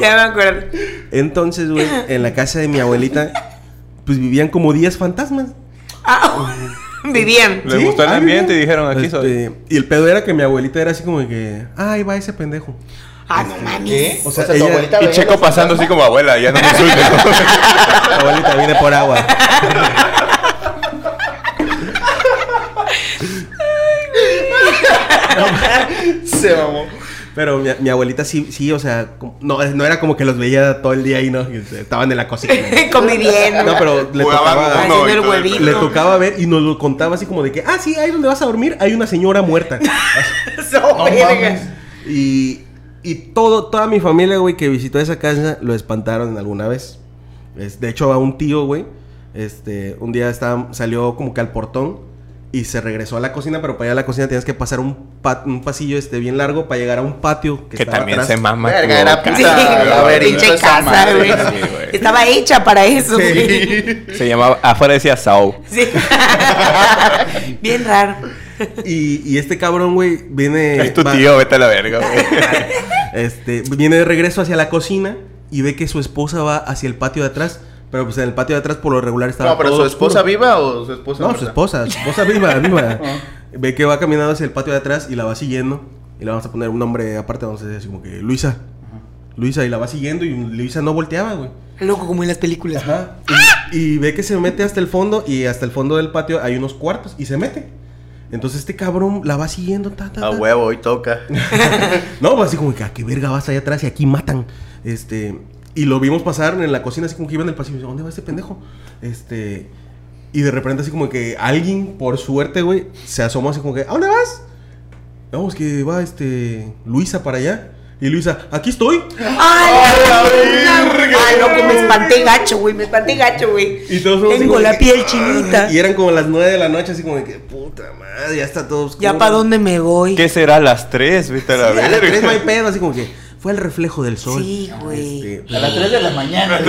Speaker 3: ya me acuerdo.
Speaker 1: Entonces, güey, en la casa de mi abuelita, pues vivían como 10 fantasmas.
Speaker 3: Ah, vivían.
Speaker 5: Les gustó el
Speaker 1: ahí
Speaker 5: ambiente y
Speaker 1: vivían. Este,
Speaker 5: dijeron, "Aquí soy".
Speaker 1: Y el pedo era que mi abuelita era así como de que, ay, va ese pendejo.
Speaker 3: Ah, no mames.
Speaker 2: ¿Qué?
Speaker 1: O sea, ella-
Speaker 5: Y
Speaker 2: veía
Speaker 5: Checo
Speaker 2: los
Speaker 5: pasando así como abuela, Ah, ya no me insultes.
Speaker 1: La abuelita viene por agua.
Speaker 2: Se mamó.
Speaker 1: Pero mi, mi abuelita sí, sí, o sea, como- no, no era como que los veía todo el día ahí, ¿no? Estaban en la cocina.
Speaker 3: Conviviendo.
Speaker 1: No, pero le
Speaker 5: Jugaban
Speaker 1: tocaba...
Speaker 5: uno
Speaker 3: Haciendo
Speaker 5: y
Speaker 3: el
Speaker 5: todo
Speaker 3: huevito.
Speaker 1: Le tocaba ver y nos lo contaba así como de que, ah, sí, ahí donde vas a dormir hay una señora muerta.
Speaker 3: No verga.
Speaker 1: Y, y todo, toda mi familia, güey, que visitó esa casa, lo espantaron alguna vez. Es- de hecho, a un tío, güey, este, un día estaba, salió como que al portón y se regresó a la cocina, pero para ir a la cocina tenías que pasar un, pa- un pasillo este bien largo para llegar a un patio
Speaker 5: Que,
Speaker 1: estaba
Speaker 5: también
Speaker 1: atrás.
Speaker 5: se mama.
Speaker 2: Verga, era
Speaker 5: como
Speaker 3: Sí,
Speaker 2: puta
Speaker 5: caca,
Speaker 2: la
Speaker 5: güey.
Speaker 2: verga.
Speaker 3: pinche
Speaker 2: esa
Speaker 3: casa,
Speaker 2: madre,
Speaker 3: güey.
Speaker 5: sí, güey.
Speaker 3: Estaba hecha para eso, güey.
Speaker 5: Se llamaba, afuera decía Sao.
Speaker 3: Sí. Bien raro.
Speaker 1: Y, y este cabrón, güey, viene.
Speaker 5: es tu
Speaker 1: va-
Speaker 5: tío, vete a la verga, güey.
Speaker 1: Este, viene de regreso hacia la cocina y ve que su esposa va hacia el patio de atrás. Pero pues en el patio de atrás por lo regular estaba.
Speaker 2: No, pero
Speaker 1: todo
Speaker 2: su esposa
Speaker 1: oscuro.
Speaker 2: viva o Ah. su esposa
Speaker 1: No,
Speaker 2: muerta?
Speaker 1: su esposa, su esposa viva, viva. Ve que va caminando hacia el patio de atrás y la va siguiendo. Y le vamos a poner un nombre aparte, vamos a decir así como que Luisa. Luisa, y la va siguiendo y Luisa no volteaba, güey.
Speaker 3: Loco como en las películas.
Speaker 1: Ajá. Y, y ve que se mete hasta el fondo y hasta el fondo del patio hay unos cuartos y se mete. Entonces este cabrón la va siguiendo. Ta, ta, ta.
Speaker 2: A huevo, hoy toca.
Speaker 1: No, pues así como que a qué verga vas allá atrás y aquí matan. Este. Y lo vimos pasar en la cocina, así como que iba en el pasillo. y dice, ¿Dónde va este pendejo? Este. Y de repente, así como que alguien, por suerte, güey, se asomó así como que, ¿a dónde vas? Vamos, que va este. Luisa para allá. Y Luisa, aquí estoy.
Speaker 3: ¡Ay, la verga! Ay, loco, me espanté gacho, güey. Me espanté gacho, güey.
Speaker 1: Y todos somos así
Speaker 3: Tengo
Speaker 1: como
Speaker 3: la
Speaker 1: que,
Speaker 3: piel
Speaker 1: "Ay".
Speaker 3: chinita.
Speaker 1: Y eran como las 9 de la noche, así como de que, puta madre, ya está todo oscuro.
Speaker 3: ¿Ya para dónde me voy?
Speaker 5: ¿Qué será a las 3? Vete a la
Speaker 1: A las
Speaker 5: verga.
Speaker 1: tres no hay pedo, así como que fue el reflejo del sol.
Speaker 3: Sí, güey.
Speaker 1: Este,
Speaker 2: A las 3 de la mañana.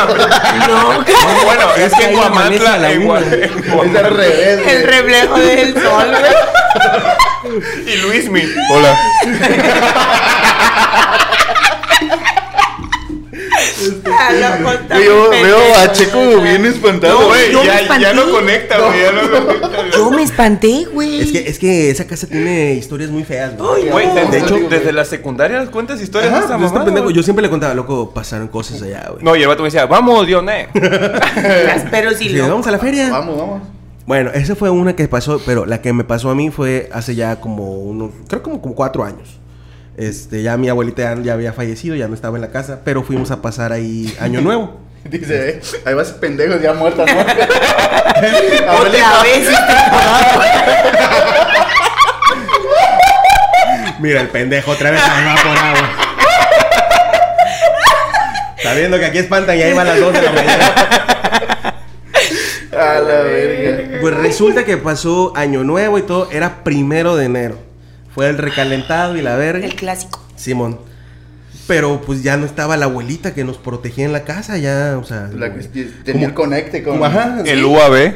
Speaker 3: No,
Speaker 5: No, bueno, es que
Speaker 1: Ahí
Speaker 5: en
Speaker 1: la amanece a
Speaker 5: Guamantla,
Speaker 1: la
Speaker 5: en
Speaker 1: una.
Speaker 5: Gua- en
Speaker 2: Es al
Speaker 5: Guamantla-
Speaker 2: revés.
Speaker 3: el
Speaker 2: güey.
Speaker 3: reflejo del sol, güey.
Speaker 5: Y Luismi. Hola.
Speaker 3: Ah, loco, está
Speaker 2: Veo,
Speaker 3: bien
Speaker 2: veo a
Speaker 3: pendejo,
Speaker 2: Checo
Speaker 3: güey.
Speaker 1: este,
Speaker 2: bien espantado,
Speaker 5: No,
Speaker 2: güey.
Speaker 5: güey,
Speaker 3: yo me
Speaker 5: ya,
Speaker 3: espanté.
Speaker 5: ya no conecta, güey. Ya no conecta. güey.
Speaker 3: Yo me espanté, güey.
Speaker 1: Es que, es que esa casa tiene historias muy feas,
Speaker 3: Ay,
Speaker 1: güey.
Speaker 3: Güey,
Speaker 5: Güey,
Speaker 1: de
Speaker 5: de
Speaker 1: hecho,
Speaker 5: hecho, desde la secundaria cuentas historias de
Speaker 1: Ajá,
Speaker 5: esa
Speaker 1: pues este
Speaker 5: mamada,
Speaker 1: pendejo,
Speaker 5: güey.
Speaker 1: yo siempre le contaba, loco, pasaron cosas allá, güey.
Speaker 5: No, y el vato me decía, vamos, Dioné.
Speaker 3: Pero si
Speaker 1: Sí,
Speaker 3: lo.
Speaker 1: vamos a la feria.
Speaker 2: Vamos, vamos.
Speaker 1: Bueno, esa fue una que pasó, pero la que me pasó a mí fue hace ya como unos, creo como, como cuatro años. Este, ya mi abuelita ya, ya había fallecido, ya no estaba en la casa, pero fuimos a pasar ahí Año Nuevo.
Speaker 2: Dice, eh, ahí vas pendejos ya muertas, ¿no?
Speaker 3: Otra vez. este,
Speaker 1: Mira, el pendejo otra vez se va por agua. Sabiendo que aquí espantan y ahí van las dos de la mañana.
Speaker 2: A la verga.
Speaker 1: Pues resulta que pasó Año Nuevo y todo, era primero de enero. Fue el recalentado y la verga.
Speaker 3: El clásico.
Speaker 1: Simón. Pero pues ya no estaba la abuelita que nos protegía en la casa, ya, o sea.
Speaker 2: La que
Speaker 1: como-
Speaker 2: tenía el conecte con.
Speaker 1: como- Ajá,
Speaker 5: El UAB.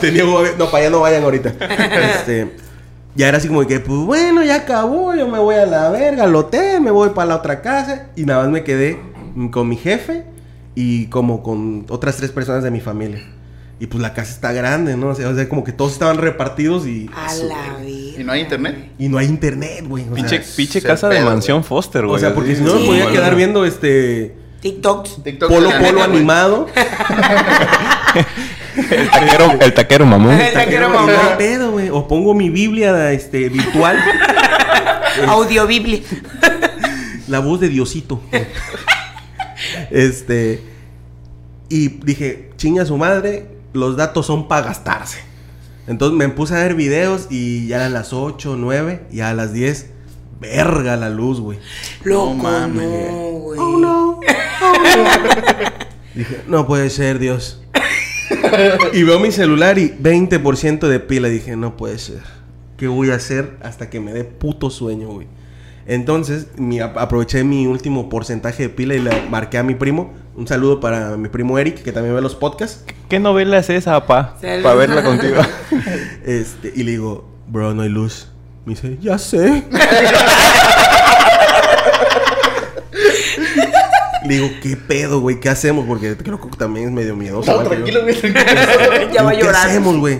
Speaker 1: Tenía un avión- No, para allá no vayan ahorita. Este, ya era así como que, pues bueno, ya acabó, yo me voy a la verga, al hotel, me voy para la otra casa. Y nada más me quedé mm, con mi jefe y como con otras tres personas de mi familia. Y pues la casa está grande, ¿no? O sea, o sea, como que todos estaban repartidos y.
Speaker 3: A la vez.
Speaker 2: ¿Y no hay internet?
Speaker 1: Y no hay internet, güey. O,
Speaker 5: Pinche,
Speaker 1: sea,
Speaker 5: pinche
Speaker 2: se
Speaker 5: casa de
Speaker 2: pedo,
Speaker 5: mansión
Speaker 2: güey.
Speaker 5: Foster, güey.
Speaker 1: o sea, porque si no me
Speaker 3: Sí.
Speaker 1: podía
Speaker 5: Bueno.
Speaker 1: quedar viendo este.
Speaker 3: TikToks.
Speaker 2: TikTok
Speaker 1: Polo
Speaker 2: de la
Speaker 1: polo
Speaker 2: neta, güey.
Speaker 1: animado.
Speaker 5: El taquero, el taquero mamón.
Speaker 3: El taquero
Speaker 1: Y no
Speaker 3: mamón.
Speaker 1: hay pedo, güey. O pongo mi Biblia este, virtual.
Speaker 3: Audiobiblia.
Speaker 1: La voz de Diosito. este. Y dije, chinga su madre, los datos son para gastarse. Entonces me puse a ver videos y ya eran las 8, 9 y a las 10, verga la luz, güey.
Speaker 3: Loco, no,
Speaker 2: mames.
Speaker 3: güey.
Speaker 1: Oh no, oh, no. Dije, no puede ser, Dios. y veo mi celular y 20% de pila. Dije, no puede ser. ¿Qué voy a hacer hasta que me dé puto sueño, güey? Entonces, mi, ap- aproveché mi último porcentaje de pila y le marqué a mi primo. Un saludo para mi primo Eric, que también ve los podcasts.
Speaker 5: ¿Qué novela es esa, pa?
Speaker 3: Salud.
Speaker 5: Para verla contigo.
Speaker 1: Este, y le digo, bro, no hay luz. Me dice, ya sé. le digo, ¿qué pedo, güey? ¿Qué hacemos? Porque creo que también es medio miedoso.
Speaker 2: No,
Speaker 1: igual que yo.
Speaker 2: tranquilo, güey, tranquilo.
Speaker 3: Ya va a
Speaker 1: Digo, ¿Qué
Speaker 3: llorar.
Speaker 1: hacemos, güey?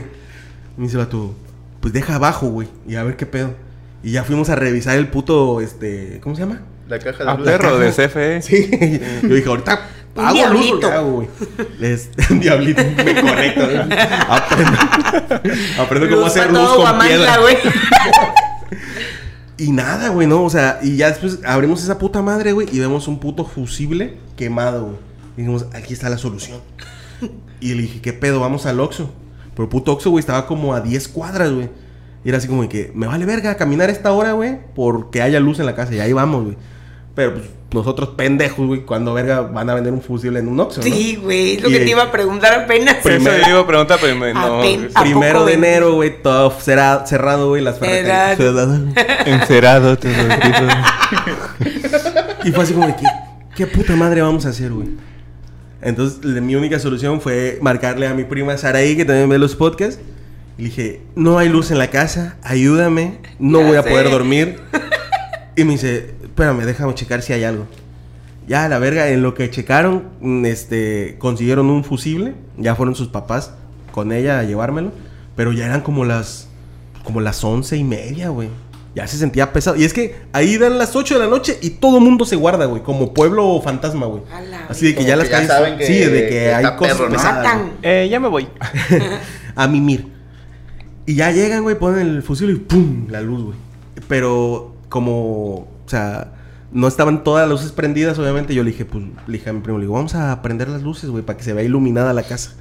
Speaker 1: Me dice el vato, pues deja abajo, güey, y a ver qué pedo. Y ya fuimos a revisar el puto, este, ¿cómo se llama?
Speaker 2: La caja de
Speaker 5: A
Speaker 2: luz.
Speaker 5: perro de CFE.
Speaker 1: Sí. Yo dije, ahorita
Speaker 3: Un
Speaker 1: pago luz,
Speaker 3: diablito.
Speaker 1: ¿qué hago, güey? Este, un diablito, me conecto. güey. Aprendo, aprendo cómo
Speaker 3: Luz
Speaker 1: hacer
Speaker 3: pa'
Speaker 1: luz
Speaker 3: todo
Speaker 1: con
Speaker 3: Guamantla,
Speaker 1: piedra.
Speaker 3: güey.
Speaker 1: Y nada, güey, no, o sea, y ya después abrimos esa puta madre, güey, y vemos un puto fusible quemado, güey. Y dijimos, aquí está la solución. y le dije, ¿qué pedo? Vamos al Oxxo. Pero el puto Oxxo, güey, estaba como a 10 cuadras, güey. Y era así como de que, me vale verga caminar esta hora, güey, porque haya luz en la casa. Y ahí vamos, güey. Pero pues, nosotros pendejos, güey, cuando verga van a vender un fusible en un Oxxo, ¿no?
Speaker 3: Sí, güey, es lo
Speaker 1: Y-
Speaker 3: que te iba a preguntar apenas.
Speaker 5: Primero yo iba a preguntar, pero me- no.
Speaker 3: Apen- ¿A
Speaker 1: Primero
Speaker 3: poco
Speaker 1: de
Speaker 3: venden?
Speaker 1: enero, güey, todo será cerrado, güey, las ferreterías.
Speaker 5: Encerado, te lo grito.
Speaker 1: Y fue así como, de, ¿qué, qué puta madre vamos a hacer, güey? Entonces, le- mi única solución fue marcarle a mi prima Saraí, que también ve los podcasts. Y le dije, no hay luz en la casa, ayúdame, no
Speaker 3: Ya
Speaker 1: voy a
Speaker 3: sé.
Speaker 1: poder dormir. Y me dice, espérame, déjame checar si hay algo. Ya, la verga, en lo que checaron, mm, este, consiguieron un fusible. Ya fueron sus papás con ella a llevármelo. Pero ya eran como las, como las once y media, güey. Ya se sentía pesado. Y es que ahí dan las 8 de la noche y todo mundo se guarda, güey. Como pueblo fantasma, güey.
Speaker 3: A la
Speaker 1: Así de que
Speaker 2: Como
Speaker 1: ya
Speaker 2: que
Speaker 1: las
Speaker 2: ya
Speaker 1: calles...
Speaker 2: saben que-
Speaker 1: sí, de que
Speaker 2: que
Speaker 1: hay
Speaker 2: está
Speaker 1: cosas
Speaker 2: perro, ¿no?
Speaker 1: pesadas, güey
Speaker 3: Matan.
Speaker 5: Eh, ya me voy.
Speaker 1: a mimir. Y ya llegan, güey, ponen el fusil y ¡pum! La luz, güey. Pero como, o sea, no estaban todas las luces prendidas, obviamente. Yo le dije, pues, le dije a mi primo, le digo, vamos a prender las luces, güey, para que se vea iluminada la casa.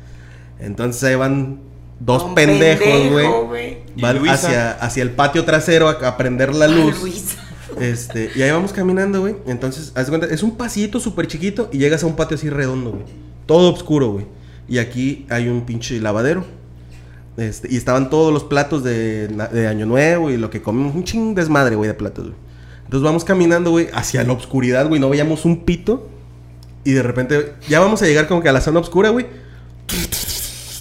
Speaker 1: Entonces ahí van dos
Speaker 3: Un
Speaker 1: pendejos,
Speaker 3: pendejo,
Speaker 1: güey.
Speaker 5: Y
Speaker 1: Van
Speaker 5: Luisa.
Speaker 1: hacia, hacia el patio trasero a, a prender la
Speaker 3: Ah,
Speaker 1: luz.
Speaker 3: Luisa.
Speaker 1: Este, y ahí vamos caminando, güey. Entonces, haz de cuenta, es un pasillito súper chiquito y llegas a un patio así redondo, güey. Todo oscuro, güey. Y aquí hay un pinche lavadero. Este, y estaban todos los platos de, na- de Año Nuevo y lo que comimos. Un ching desmadre, güey, de platos, güey. Entonces vamos caminando, güey, hacia la oscuridad, güey. No veíamos un pito. Y de repente, ya vamos a llegar como que a la zona oscura, güey.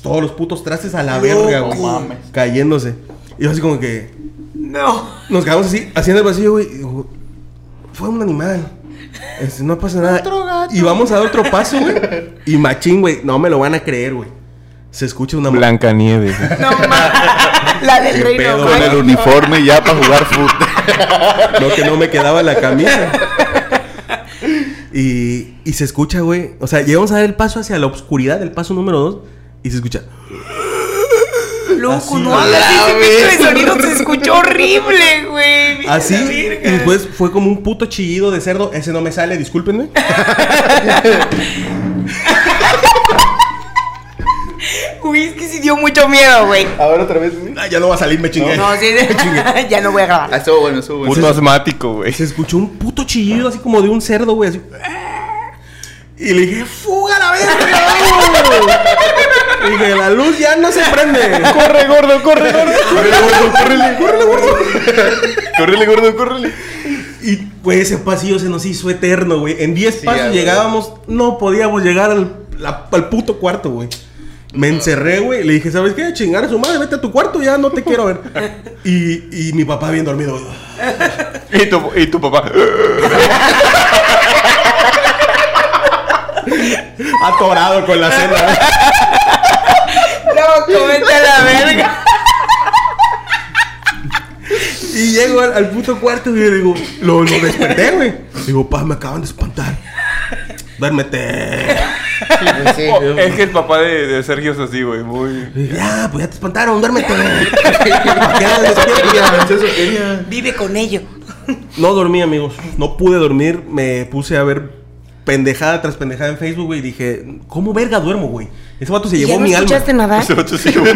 Speaker 1: Todos los putos trastes a la verga,
Speaker 2: No
Speaker 1: güey.
Speaker 2: mames.
Speaker 1: Cayéndose. Y yo así como que...
Speaker 3: No.
Speaker 1: Nos quedamos así, haciendo el vacío, güey. y digo, Fue un animal. Este, no pasa nada.
Speaker 2: Otro gato.
Speaker 1: Y vamos a dar otro paso, güey. Y machín, güey. No me lo van a creer, güey. Se escucha una mo-
Speaker 5: Blanca nieve.
Speaker 3: No más. La del
Speaker 1: Qué
Speaker 3: reino.
Speaker 1: pedo,
Speaker 3: güey.
Speaker 7: Con el uniforme ya para jugar fútbol.
Speaker 1: No, que no me quedaba la camisa. Y, y se escucha, güey. O sea, llegamos a dar el paso hacia la oscuridad, el paso número dos. Y se escucha.
Speaker 3: Loco,
Speaker 1: Así,
Speaker 3: no
Speaker 1: a
Speaker 3: hagas
Speaker 2: la
Speaker 3: ese pinche
Speaker 2: verga.
Speaker 3: sonido. Se escuchó horrible, güey.
Speaker 1: Así.
Speaker 3: La
Speaker 1: ¿Ah, Y
Speaker 3: verga.
Speaker 1: después fue como un puto chillido de cerdo. Ese no me sale, discúlpenme.
Speaker 3: Uy, es que sí dio mucho miedo, güey.
Speaker 2: A ver, otra vez.
Speaker 1: Ah, ya no va a salir, me chingué.
Speaker 3: No, sí. ya no voy a
Speaker 2: Ah,
Speaker 3: grabar.
Speaker 2: estuvo bueno, estuvo bueno.
Speaker 5: Puto asmático, güey.
Speaker 1: Se escuchó un puto chillido así como de un cerdo, güey, así. Y le dije, fuga a la verga. vamos". Y dije, la luz ya no se prende.
Speaker 5: Corre, gordo, corre, gordo.
Speaker 7: Córrele, gordo, córrele, córrele, gordo. Córrele, gordo, córrele.
Speaker 1: Y pues ese pasillo se nos hizo eterno, güey. En 10
Speaker 2: ya,
Speaker 1: pasos
Speaker 2: güey.
Speaker 1: llegábamos, no podíamos llegar al, la- al puto cuarto, güey. Me encerré, güey. Le dije, ¿sabes qué? Chingar a su madre, vete a tu cuarto, ya no te quiero ver. Y, y mi papá bien dormido, güey.
Speaker 5: Y tu, y tu papá.
Speaker 1: Atorado con la cena, güey.
Speaker 3: Loco, vete a la verga.
Speaker 1: Y llego al, al puto cuarto y le digo, lo, lo desperté, güey. Digo, pa, me acaban de espantar. Duérmete.
Speaker 2: Sí,
Speaker 5: Oh, es que el papá de, de Sergio es así, güey. Muy.
Speaker 1: Y dije, ya, pues ya te espantaron, duérmete. ¿Para qué andas despierto?
Speaker 3: Vive con ello.
Speaker 1: No dormí, amigos. No pude dormir. Me puse a ver pendejada tras pendejada en Facebook, güey. Y dije, ¿cómo verga duermo, güey? Ese vato se
Speaker 3: ¿Y
Speaker 1: llevó
Speaker 3: ¿Ya no
Speaker 1: mi alma.
Speaker 3: escuchaste nada?
Speaker 5: Ese vato sí, güey.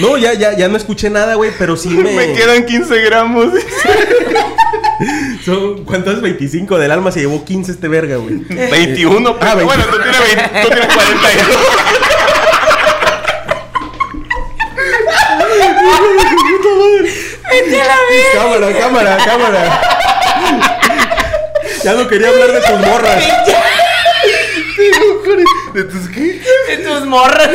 Speaker 1: No, ya, ya, ya no escuché nada, güey, pero sí me.
Speaker 5: Me quedan 15 gramos.
Speaker 1: Son, ¿Cuántas? 25 del alma se llevó 15 este verga, güey.
Speaker 3: Eh.
Speaker 5: 21.
Speaker 1: Ah,
Speaker 5: pero
Speaker 1: 20.
Speaker 5: Bueno, tú tienes, 20, tú tienes 42.
Speaker 1: Cámara, cámara, cámara. Ya no quería hablar de tus morras.
Speaker 2: ¿De tus qué?
Speaker 3: De tus morras.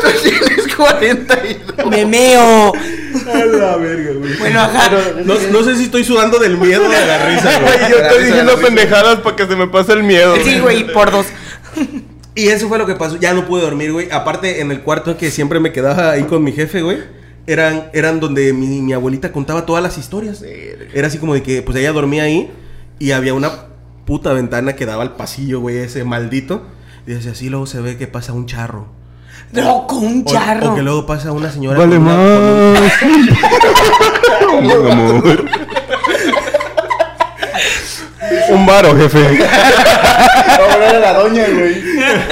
Speaker 2: Tú tienes 42.
Speaker 3: Me meo.
Speaker 1: A la verga, güey.
Speaker 3: Bueno, ajá.
Speaker 1: No, no sé si estoy sudando del miedo o de la risa, güey.
Speaker 5: Ay, yo
Speaker 2: La risa,
Speaker 5: estoy diciendo
Speaker 2: la risa.
Speaker 5: pendejadas para que se me pase el miedo.
Speaker 3: Sí, güey, y por dos.
Speaker 1: Y eso fue lo que pasó. Ya no pude dormir, güey. Aparte, en el cuarto que siempre me quedaba ahí con mi jefe, güey. Eran, eran donde mi, mi abuelita contaba todas las historias. Era así como de que, pues ella dormía ahí y había una puta ventana que daba al pasillo, güey, ese maldito. Y decía, así luego se ve que pasa un charro.
Speaker 3: No, con un
Speaker 1: O-
Speaker 3: charro.
Speaker 1: O, que luego pasa una señora. con una- con un-
Speaker 5: Un amor. Un varo, jefe.
Speaker 2: No, pero era la doña, güey.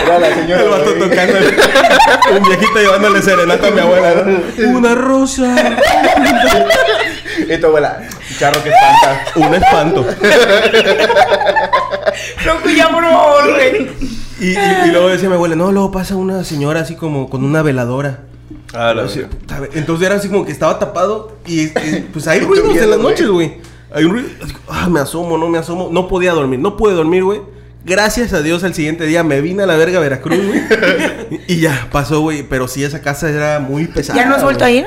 Speaker 2: Era la señora.
Speaker 1: El vato
Speaker 2: güey.
Speaker 1: tocando. Un viejito llevándole serenata a mi abuela. ¿no? Una rosa.
Speaker 2: Y tu abuela, charro que espanta.
Speaker 1: Un espanto.
Speaker 3: Loco, ya por favor, güey.
Speaker 1: Y, y- y luego decía mi abuela, no, luego pasa una señora así como con una veladora.
Speaker 5: Ah, la
Speaker 1: O sea,
Speaker 5: verga.
Speaker 1: ¿sabe? Entonces era así como que estaba tapado y, y, pues hay
Speaker 2: Qué
Speaker 1: ruidos
Speaker 2: miedo,
Speaker 1: en las
Speaker 2: güey.
Speaker 1: noches, güey. Hay un ruido. así como, Ah, me asomo, no me asomo. No podía dormir, no pude dormir, güey. Gracias a Dios al siguiente día me vine a la verga a Veracruz, güey. y y ya pasó, güey. Pero sí, esa casa era muy pesada.
Speaker 3: ¿Ya no has
Speaker 1: güey.
Speaker 3: vuelto a ir?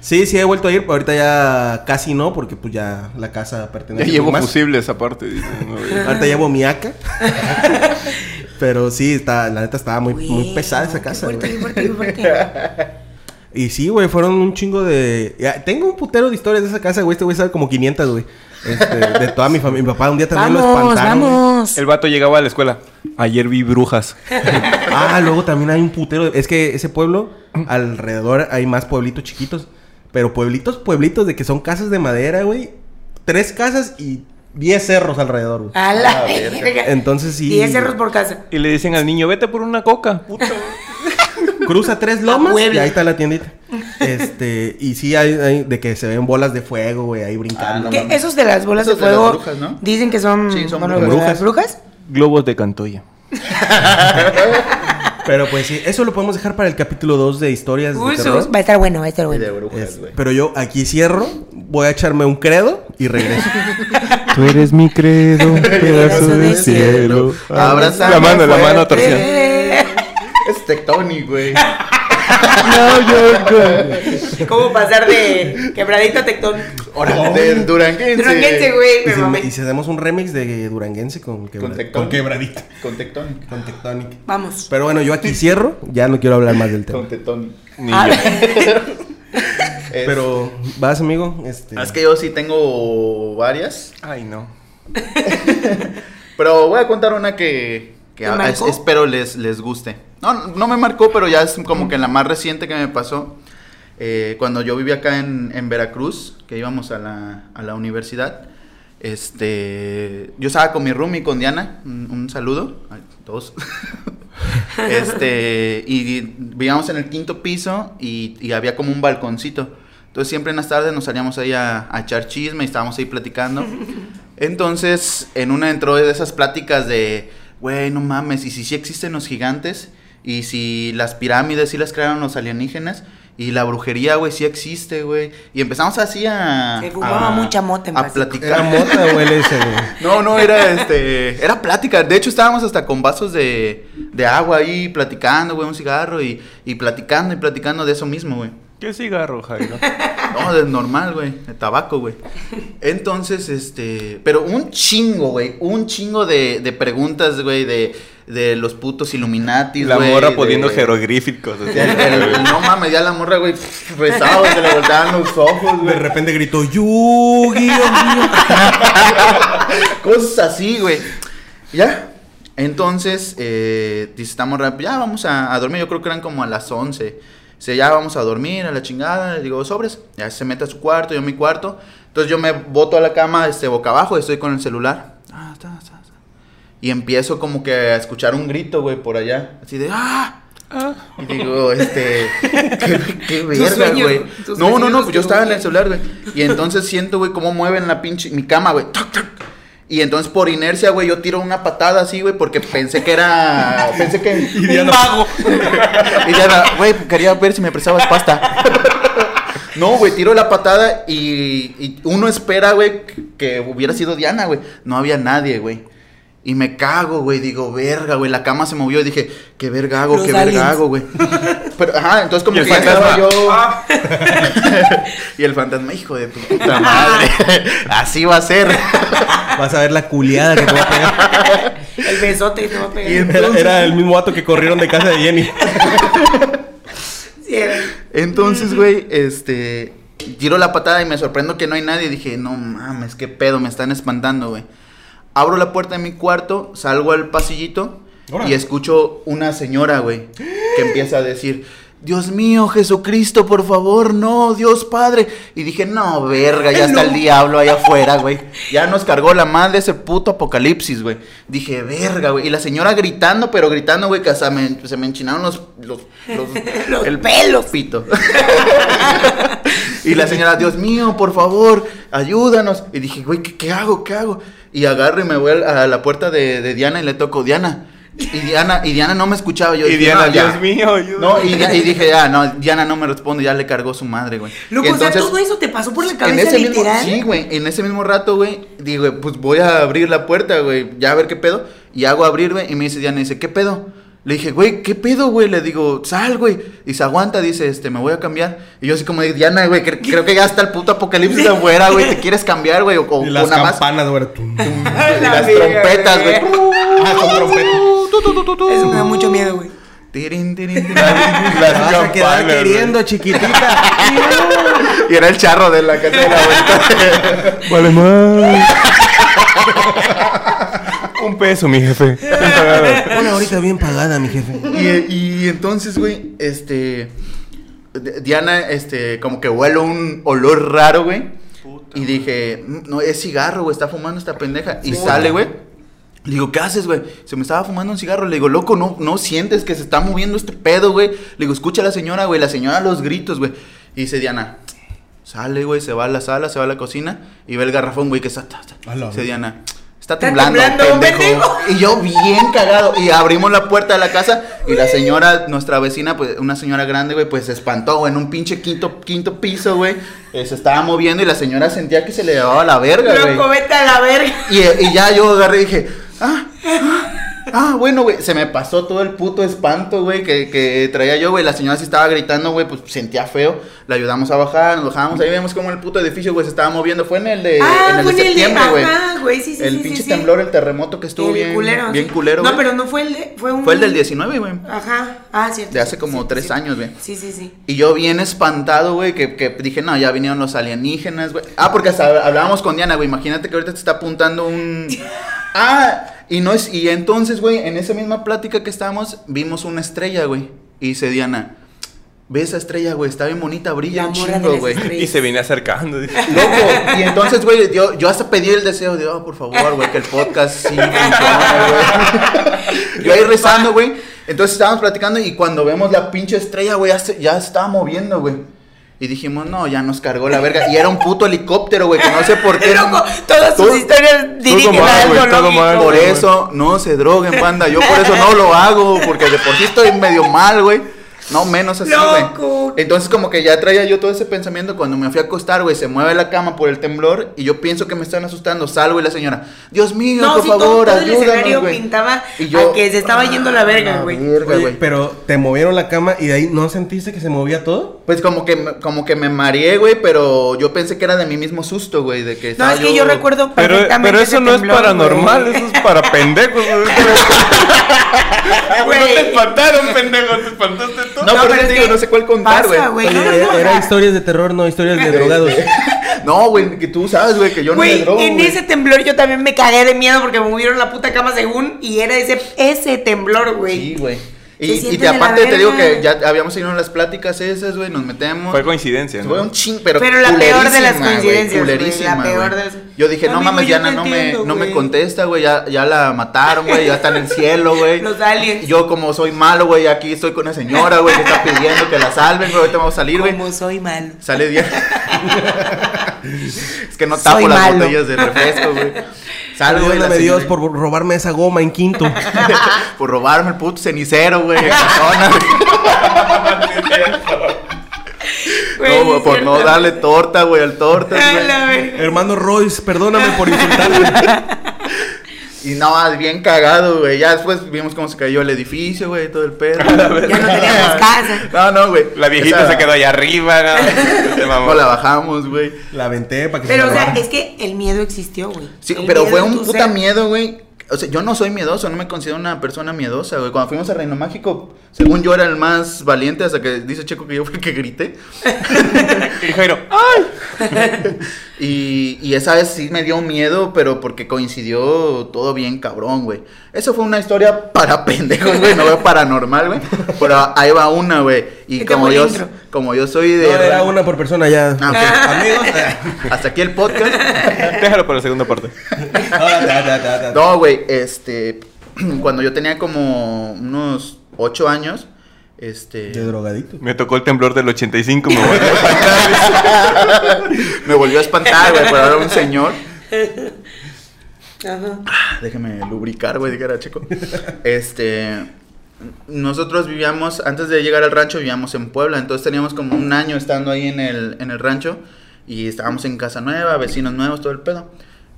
Speaker 1: Sí, sí he vuelto a ir, pero ahorita ya casi no, porque pues ya la casa
Speaker 5: Ya
Speaker 1: pertenece a
Speaker 5: llevo
Speaker 1: alguien más.
Speaker 5: fusibles aparte. dice, no, güey.
Speaker 1: Ahorita llevo mi AK. pero sí, está, la neta estaba muy, muy
Speaker 3: Güey,
Speaker 1: pesada esa
Speaker 3: qué
Speaker 1: casa,
Speaker 3: fuerte,
Speaker 1: güey.
Speaker 3: qué fuerte, qué fuerte.
Speaker 1: Y sí, güey, fueron un chingo de... ya, tengo un putero de historias de esa casa, güey. Este güey sabe como 500, güey. Este, de toda mi familia. Mi papá un día también lo
Speaker 3: Vamos,
Speaker 1: espantaron. güey.
Speaker 3: vamos.
Speaker 5: El vato llegaba a la escuela. Ayer vi brujas.
Speaker 1: Ah, luego también hay un putero. de- Es que ese pueblo, alrededor hay más pueblitos chiquitos. Pero pueblitos, pueblitos de que son casas de madera, güey. Tres casas y 10 cerros alrededor, güey.
Speaker 3: A la
Speaker 2: Ah, verga.
Speaker 3: verga.
Speaker 1: Entonces sí.
Speaker 3: 10 cerros por casa.
Speaker 5: Y le dicen al niño, vete por una coca. Puta.
Speaker 1: Cruza tres lomas y
Speaker 3: Puebla.
Speaker 1: ahí está la tiendita. Este, y sí hay, hay de que se ven bolas de fuego, güey, ahí brincando.
Speaker 2: no
Speaker 3: ¿Qué?
Speaker 2: mames.
Speaker 3: Esos de las bolas
Speaker 2: Esos
Speaker 3: de
Speaker 2: de las
Speaker 3: fuego
Speaker 2: brujas, ¿no?
Speaker 3: dicen que son,
Speaker 2: Sí, son
Speaker 3: bueno,
Speaker 2: brujas.
Speaker 3: las brujas.
Speaker 5: Globos de cantoya.
Speaker 3: Ah,
Speaker 1: Pero pues sí, eso lo podemos dejar para el capítulo 2 de historias de
Speaker 3: Usos.
Speaker 1: terror.
Speaker 3: Va a estar bueno, va a estar
Speaker 2: Y de
Speaker 3: bueno.
Speaker 1: Es-
Speaker 2: brujas, güey.
Speaker 1: pero yo aquí cierro, voy a echarme un credo y regreso.
Speaker 7: Tú eres mi credo, un pedazo de cielo.
Speaker 2: Abrázame
Speaker 5: La mano, la mano
Speaker 2: fuerte.
Speaker 5: torcida.
Speaker 2: Es Tectonic, güey.
Speaker 3: ¿Cómo pasar de quebradita a tectónica?
Speaker 2: Ahora, de Duranguense.
Speaker 3: Oh. Duranguense, güey,
Speaker 1: y,
Speaker 3: me
Speaker 1: si,
Speaker 3: mamé.
Speaker 1: y si hacemos un remix de Duranguense con, quebra-
Speaker 2: Con
Speaker 1: con
Speaker 2: Tectonic.
Speaker 1: quebradita.
Speaker 2: Con Tectonic.
Speaker 1: Con Tectonic.
Speaker 3: Vamos.
Speaker 1: Pero bueno, yo aquí cierro, ya no quiero hablar más del tema.
Speaker 2: Con Tectonic.
Speaker 5: Ni
Speaker 3: Ah,
Speaker 5: yo.
Speaker 2: Es-
Speaker 1: Pero, ¿vas, amigo? Este,
Speaker 2: Ah, Es que yo sí tengo varias.
Speaker 5: Ay, no.
Speaker 2: Pero voy a contar una que, que
Speaker 3: ¿Te
Speaker 2: a-
Speaker 3: marcó?
Speaker 2: es- espero les, les guste. No, no me marcó, pero ya es como que la más reciente que me pasó. Eh, cuando yo vivía acá en, en Veracruz, que íbamos a la, a la universidad, este, yo estaba con mi roomie, con Diana, un, un saludo a todos. este, y vivíamos en el quinto piso y, y había como un balconcito. Entonces siempre en las tardes nos salíamos ahí a, a echar chisme y estábamos ahí platicando. Entonces, en una entró de esas pláticas de, güey, no mames, y si sí existen los gigantes, y si las pirámides sí las crearon los alienígenas, y la brujería, güey, sí existe, güey. Y empezamos así a.
Speaker 3: Se fumaba
Speaker 2: a-
Speaker 3: mucha mota en
Speaker 2: A
Speaker 3: Brasil.
Speaker 1: ¿Era
Speaker 2: platicar.
Speaker 1: mota o LSD?
Speaker 2: No, no, era este. Era plática. De hecho, estábamos hasta con vasos de, de agua ahí platicando, güey, un cigarro, y, y platicando y platicando de eso mismo, güey.
Speaker 5: ¿Qué cigarro, Jairo?
Speaker 2: No, de normal, güey. De tabaco, güey. Entonces, este. Pero un chingo, güey. Un chingo de, de preguntas, güey. De, de los putos Illuminati,
Speaker 5: La
Speaker 2: güey.
Speaker 5: morra
Speaker 2: de-
Speaker 5: poniendo jeroglíficos. así.
Speaker 2: El- el- no mames, ya la morra, güey, pff, rezaba, güey, se le volteaban los ojos,
Speaker 1: De
Speaker 2: Pues, güey.
Speaker 1: repente gritó, Yu-Gi-Oh!
Speaker 2: Cosas así, güey. Ya. Entonces, eh, dice, estamos rap- ya vamos a, a dormir. Yo creo que eran como a las 11. Dice, ya vamos a dormir, a la chingada. Le digo, sobres. Ya se mete a su cuarto, yo a mi cuarto. Entonces yo me boto a la cama, este, boca abajo, estoy con el celular. Ah, está, está, está. Y empiezo como que a escuchar un grito, güey, por allá. Así de, ¡ah! Y digo, este. ¿Qué, qué verga,
Speaker 3: sueños,
Speaker 2: güey?
Speaker 3: tus
Speaker 2: No, no,
Speaker 3: vecinos
Speaker 2: no, pues yo
Speaker 3: que
Speaker 2: estaba en
Speaker 3: huyen.
Speaker 2: el celular, güey. Y entonces siento, güey, cómo mueven la pinche. Mi cama, güey. ¡Toc, toc! Y entonces por inercia, güey, yo tiro una patada así, güey, porque pensé que era. Pensé que. Y Diana. y Diana, güey, quería ver si me prestabas pasta. No, güey, tiro la patada y, y uno espera, güey, que hubiera sido Diana, güey. No había nadie, güey. Y me cago, güey. Digo, verga, güey. La cama se movió y dije, qué verga hago,
Speaker 3: Los
Speaker 2: qué verga
Speaker 3: aliens.
Speaker 2: hago, güey. Pero, ajá, entonces como
Speaker 5: Y
Speaker 2: que
Speaker 5: el
Speaker 2: ya estaba yo.
Speaker 5: fantasma.
Speaker 2: Ah. y el fantasma, hijo de tu puta madre. Así va a ser.
Speaker 1: Vas a ver la culiada que te voy a pegar.
Speaker 3: El besote que te va a pegar.
Speaker 2: Y en-
Speaker 1: Era, era el mismo vato que corrieron de casa de Jenny.
Speaker 3: Sí, era.
Speaker 2: Entonces, güey, este. Tiro la patada y me sorprendo que no hay nadie. Dije, no mames, qué pedo, me están espantando, güey. Abro la puerta de mi cuarto, salgo al pasillito y escucho una señora, güey, que empieza a decir: Dios mío, Jesucristo, por favor, no, Dios Padre. Y dije, no, verga, ya está el diablo allá afuera, güey. Ya nos cargó la madre ese puto apocalipsis, güey. Dije, verga, güey. Y la señora gritando, pero gritando, güey, que hasta me- se me enchinaron los, los, los-
Speaker 3: Los
Speaker 2: el
Speaker 3: pelos.
Speaker 2: pito. Y la señora, Dios mío, por favor, ayúdanos. Y dije, güey, ¿qué, qué hago? ¿Qué hago? Y agarro y me voy a la puerta de, de Diana y le toco, Diana. Y Diana, y Diana no me escuchaba. Yo
Speaker 5: Y
Speaker 2: dije,
Speaker 5: Diana,
Speaker 2: "No, ya".
Speaker 5: Dios mío, ayúdame.
Speaker 2: No, y, ya- y dije, ya, no, Diana no me responde, ya le cargó su madre, güey.
Speaker 3: Loco,
Speaker 2: Y
Speaker 3: o sea, todo eso te pasó por la
Speaker 2: en
Speaker 3: cabeza
Speaker 2: ese mismo,
Speaker 3: literal.
Speaker 2: sí, güey, en ese mismo rato, güey, digo, pues voy a abrir la puerta, güey, ya a ver qué pedo. Y hago abrir, güey, y me dice Diana, dice, ¿qué pedo? Le dije, güey, ¿qué pedo, güey? Le digo, sal, güey. Y se aguanta, dice, este, me voy a cambiar. Y yo así como, Diana, güey, cre- creo que ya está el puto apocalipsis afuera, güey, ¿te quieres cambiar, güey? O, o
Speaker 7: Y las
Speaker 2: una más.
Speaker 7: campanas, güey. tum, tum.
Speaker 2: Y las trompetas, güey.
Speaker 7: Ah, son trompetas.
Speaker 3: Eso me da mucho miedo, güey.
Speaker 2: Tirín, tirín, tirín.
Speaker 1: Te vas a quedar
Speaker 5: campanas,
Speaker 1: queriendo, chiquitita.
Speaker 2: Y era el charro de la casa de la vuelta.
Speaker 5: Vale más. Un peso, mi jefe.
Speaker 1: Una ahorita bien pagada, mi jefe.
Speaker 2: Y, y entonces, güey, este. D- Diana, este, como que huelo un olor raro, güey. Y dije, "Mm, no, es cigarro, güey, está fumando esta pendeja. Y sale, güey. Le digo, ¿qué haces, güey? Se me estaba fumando un cigarro. Le digo, loco, no, no sientes que se está moviendo este pedo, güey. Le digo, escucha a la señora, güey. La señora los gritos, güey. Y dice Diana, sale, güey, se va a la sala, se va a la cocina y ve el garrafón, güey, que está. está- está.
Speaker 7: A la
Speaker 2: Dice
Speaker 7: verga.
Speaker 2: Diana, está
Speaker 3: Está
Speaker 2: temblando,
Speaker 3: temblando,
Speaker 2: pendejo.
Speaker 3: pendejo.
Speaker 2: Y yo bien cagado. Y abrimos la puerta de la casa. Y la señora, nuestra vecina, pues, una señora grande, güey, pues se espantó, güey, en un pinche quinto, quinto piso, güey. eh, se estaba moviendo y la señora sentía que se le llevaba la verga, güey.
Speaker 3: Loco, vete a la verga.
Speaker 2: Y, eh, y ya yo agarré y dije, ah, ah, ah, bueno, güey. Se me pasó todo el puto espanto, güey, que, que traía yo, güey. La señora sí estaba gritando, güey, pues sentía feo. La ayudamos a bajar, nos bajamos. Ahí vemos cómo el puto edificio, güey, se estaba moviendo. Fue en el de, en
Speaker 3: ah,
Speaker 2: el
Speaker 3: fue
Speaker 2: de
Speaker 3: en el de.
Speaker 2: septiembre, güey.
Speaker 3: Ajá, güey, sí, sí,
Speaker 2: el
Speaker 3: sí,
Speaker 2: pinche
Speaker 3: sí, sí.
Speaker 2: temblor, el terremoto que estuvo
Speaker 3: El
Speaker 2: bien culero. Bien
Speaker 3: sí.
Speaker 2: culero,
Speaker 3: No,
Speaker 2: güey.
Speaker 3: pero no fue el de. Fue, un...
Speaker 2: Fue el del 19, güey.
Speaker 3: Ajá. Ah, cierto.
Speaker 2: De hace
Speaker 3: cierto,
Speaker 2: como
Speaker 3: cierto,
Speaker 2: tres
Speaker 3: cierto.
Speaker 2: años, güey.
Speaker 3: Sí, sí, sí.
Speaker 2: Y yo bien espantado, güey, que, que dije, no, ya vinieron los alienígenas, güey. Ah, porque hasta hablábamos con Diana, güey. Imagínate que ahorita te está apuntando un. Ah, y no es. Y entonces, güey, en esa misma plática que estábamos, vimos una estrella, güey. Y dice Diana, ve esa estrella, güey, está bien bonita, brilla
Speaker 3: La
Speaker 2: un
Speaker 3: morra de
Speaker 2: chingo,
Speaker 3: las
Speaker 2: güey.
Speaker 3: estrellas.
Speaker 5: Y se viene acercando. dice.
Speaker 2: Loco, y entonces, güey, yo, yo hasta pedí el deseo de, oh, por favor, güey, que el podcast sí funcione, güey. Yo ahí rezando, güey. Entonces estábamos platicando y cuando vemos la pinche estrella, güey, ya se, ya se estaba moviendo, güey. Y dijimos, no, ya nos cargó la verga. Y era un puto helicóptero, güey, que no sé por qué.
Speaker 3: Loco, todas sus
Speaker 2: Todo-
Speaker 3: historias dirigen
Speaker 5: mal,
Speaker 3: a
Speaker 5: güey,
Speaker 3: algo
Speaker 5: todo mal.
Speaker 3: lógico.
Speaker 2: Por
Speaker 5: güey.
Speaker 2: eso no se droguen, banda. Yo por eso no lo hago, porque de por sí estoy medio mal, güey. No, menos así, güey.
Speaker 3: Loco.
Speaker 2: Entonces, como que ya traía yo todo ese pensamiento cuando me fui a acostar, güey. Se mueve la cama por el temblor y yo pienso que me están asustando. Salgo y la señora, Dios mío,
Speaker 3: No,
Speaker 2: por
Speaker 3: sí, todo-
Speaker 2: favor,
Speaker 3: todo, el
Speaker 2: ayúdanos,
Speaker 3: escenario
Speaker 2: güey.
Speaker 3: pintaba
Speaker 2: Y yo-
Speaker 3: a que se estaba yendo la verga, güey.
Speaker 2: Verga,
Speaker 1: Oye,
Speaker 2: güey.
Speaker 1: pero te movieron la cama y de ahí no sentiste que se movía todo.
Speaker 2: Pues como que, me- como que me mareé, güey, pero yo pensé que era de mi mismo susto, güey, de que
Speaker 3: No,
Speaker 2: estaba
Speaker 3: es que yo recuerdo
Speaker 5: Pero,
Speaker 3: perfectamente
Speaker 5: pero eso
Speaker 3: ese
Speaker 5: no es
Speaker 3: temblor,
Speaker 5: paranormal,
Speaker 3: güey.
Speaker 5: eso es para pendejos. güey.
Speaker 3: Güey.
Speaker 5: No te espantaron, pendejo, te espantaste tú.
Speaker 2: No, pero,
Speaker 3: pero
Speaker 2: te
Speaker 3: es
Speaker 2: digo,
Speaker 3: que
Speaker 2: no sé cuál contar,
Speaker 3: pasa, güey.
Speaker 2: güey.
Speaker 1: Oye,
Speaker 3: No, no, no,
Speaker 1: era,
Speaker 3: o
Speaker 1: Eh, era
Speaker 3: sea,
Speaker 1: historias de terror, no historias de drogados.
Speaker 2: No, güey, que tú sabes, güey, que yo no me
Speaker 3: Güey,
Speaker 2: drogo,
Speaker 3: en
Speaker 2: güey.
Speaker 3: ese temblor yo también me cagué de miedo porque me movieron la puta cama según y era ese, ese temblor, güey.
Speaker 2: Sí, güey.
Speaker 3: Se
Speaker 2: Y, y
Speaker 3: sienten
Speaker 2: te,
Speaker 3: de la
Speaker 2: aparte te digo que ya
Speaker 3: verga.
Speaker 2: habíamos ido en las pláticas esas, güey, nos metemos.
Speaker 5: Fue coincidencia, ¿no?
Speaker 2: Fue un ching, pero,
Speaker 3: Pero la peor de las
Speaker 2: culerísima, güey,
Speaker 3: coincidencias, güey, la
Speaker 2: culerísima,
Speaker 3: peor
Speaker 2: güey.
Speaker 3: de las-
Speaker 2: Yo dije, no
Speaker 3: Amigo,
Speaker 2: mames,
Speaker 3: yo
Speaker 2: Diana
Speaker 3: te
Speaker 2: no me,
Speaker 3: entiendo,
Speaker 2: no me
Speaker 3: güey.
Speaker 2: contesta, güey, ya, ya la mataron, güey, ya está en el cielo, güey.
Speaker 3: Los aliens.
Speaker 2: Yo como soy malo, güey, aquí estoy con una señora, güey, que está pidiendo que la salven, güey, ahorita vamos a salir, güey.
Speaker 3: Como soy malo.
Speaker 2: Sale bien. es que no tapo
Speaker 3: Soy
Speaker 2: las
Speaker 3: malo.
Speaker 2: botellas de refresco, güey. Salgo, güey, la
Speaker 1: Perdóname Dios
Speaker 2: señora-
Speaker 1: por robarme esa goma en quinto.
Speaker 2: por robarme el puto cenicero, güey. en persona, güey.
Speaker 3: Güey,
Speaker 2: No,
Speaker 3: sí es
Speaker 2: por no
Speaker 3: cierto.
Speaker 2: darle torta, güey, al torta.
Speaker 3: A
Speaker 2: güey.
Speaker 3: la verga.
Speaker 1: Hermano Royce, perdóname por insultarme.
Speaker 2: Y no, bien cagado, güey. Ya después vimos cómo se cayó el edificio, güey, todo el pedo.
Speaker 3: Ya no teníamos casa.
Speaker 2: No, no, güey.
Speaker 5: La viejita
Speaker 2: Esa-
Speaker 5: se quedó allá arriba. ¿no? Este Se mamó.
Speaker 2: No la bajamos, güey.
Speaker 1: La aventé para que
Speaker 3: Pero,
Speaker 1: se
Speaker 3: o sea,
Speaker 1: robara.
Speaker 3: es que el miedo existió, güey.
Speaker 2: Sí,
Speaker 3: El
Speaker 2: pero
Speaker 3: miedo
Speaker 2: fue
Speaker 3: en
Speaker 2: un
Speaker 3: tu
Speaker 2: puta
Speaker 3: ser.
Speaker 2: miedo, güey. O sea, yo no soy miedoso, no me considero una persona miedosa, güey. Cuando fuimos a Reino Mágico, según yo era el más valiente, hasta que dice Checo que yo fue el que grité.
Speaker 5: Y Jairo,
Speaker 2: Y, y esa vez sí me dio miedo, pero porque coincidió todo bien cabrón, güey. Eso fue una historia para pendejos, güey, no fue paranormal, güey. Pero ahí va una, güey. Y
Speaker 3: Qué
Speaker 2: como
Speaker 3: buen
Speaker 2: yo,
Speaker 3: intro.
Speaker 2: como yo soy de...
Speaker 1: No, era una por persona ya.
Speaker 2: Ah, ok.
Speaker 1: Amigos. eh.
Speaker 2: Hasta aquí el podcast.
Speaker 5: Déjalo para la segunda parte.
Speaker 1: Ah, ta, ta, ta, ta.
Speaker 2: No, güey, este... Cuando yo tenía como unos ocho años, este...
Speaker 1: De drogadicto.
Speaker 5: Me tocó el temblor del 85, me volvió a espantar.
Speaker 2: Me volvió a espantar, güey, pero era un señor.
Speaker 3: Ajá.
Speaker 2: Déjeme lubricar, güey, dijera Checo. Este. Nosotros vivíamos, antes de llegar al rancho, vivíamos en Puebla. Entonces teníamos como un año estando ahí en el, en el rancho. Y estábamos en casa nueva, vecinos nuevos, todo el pedo.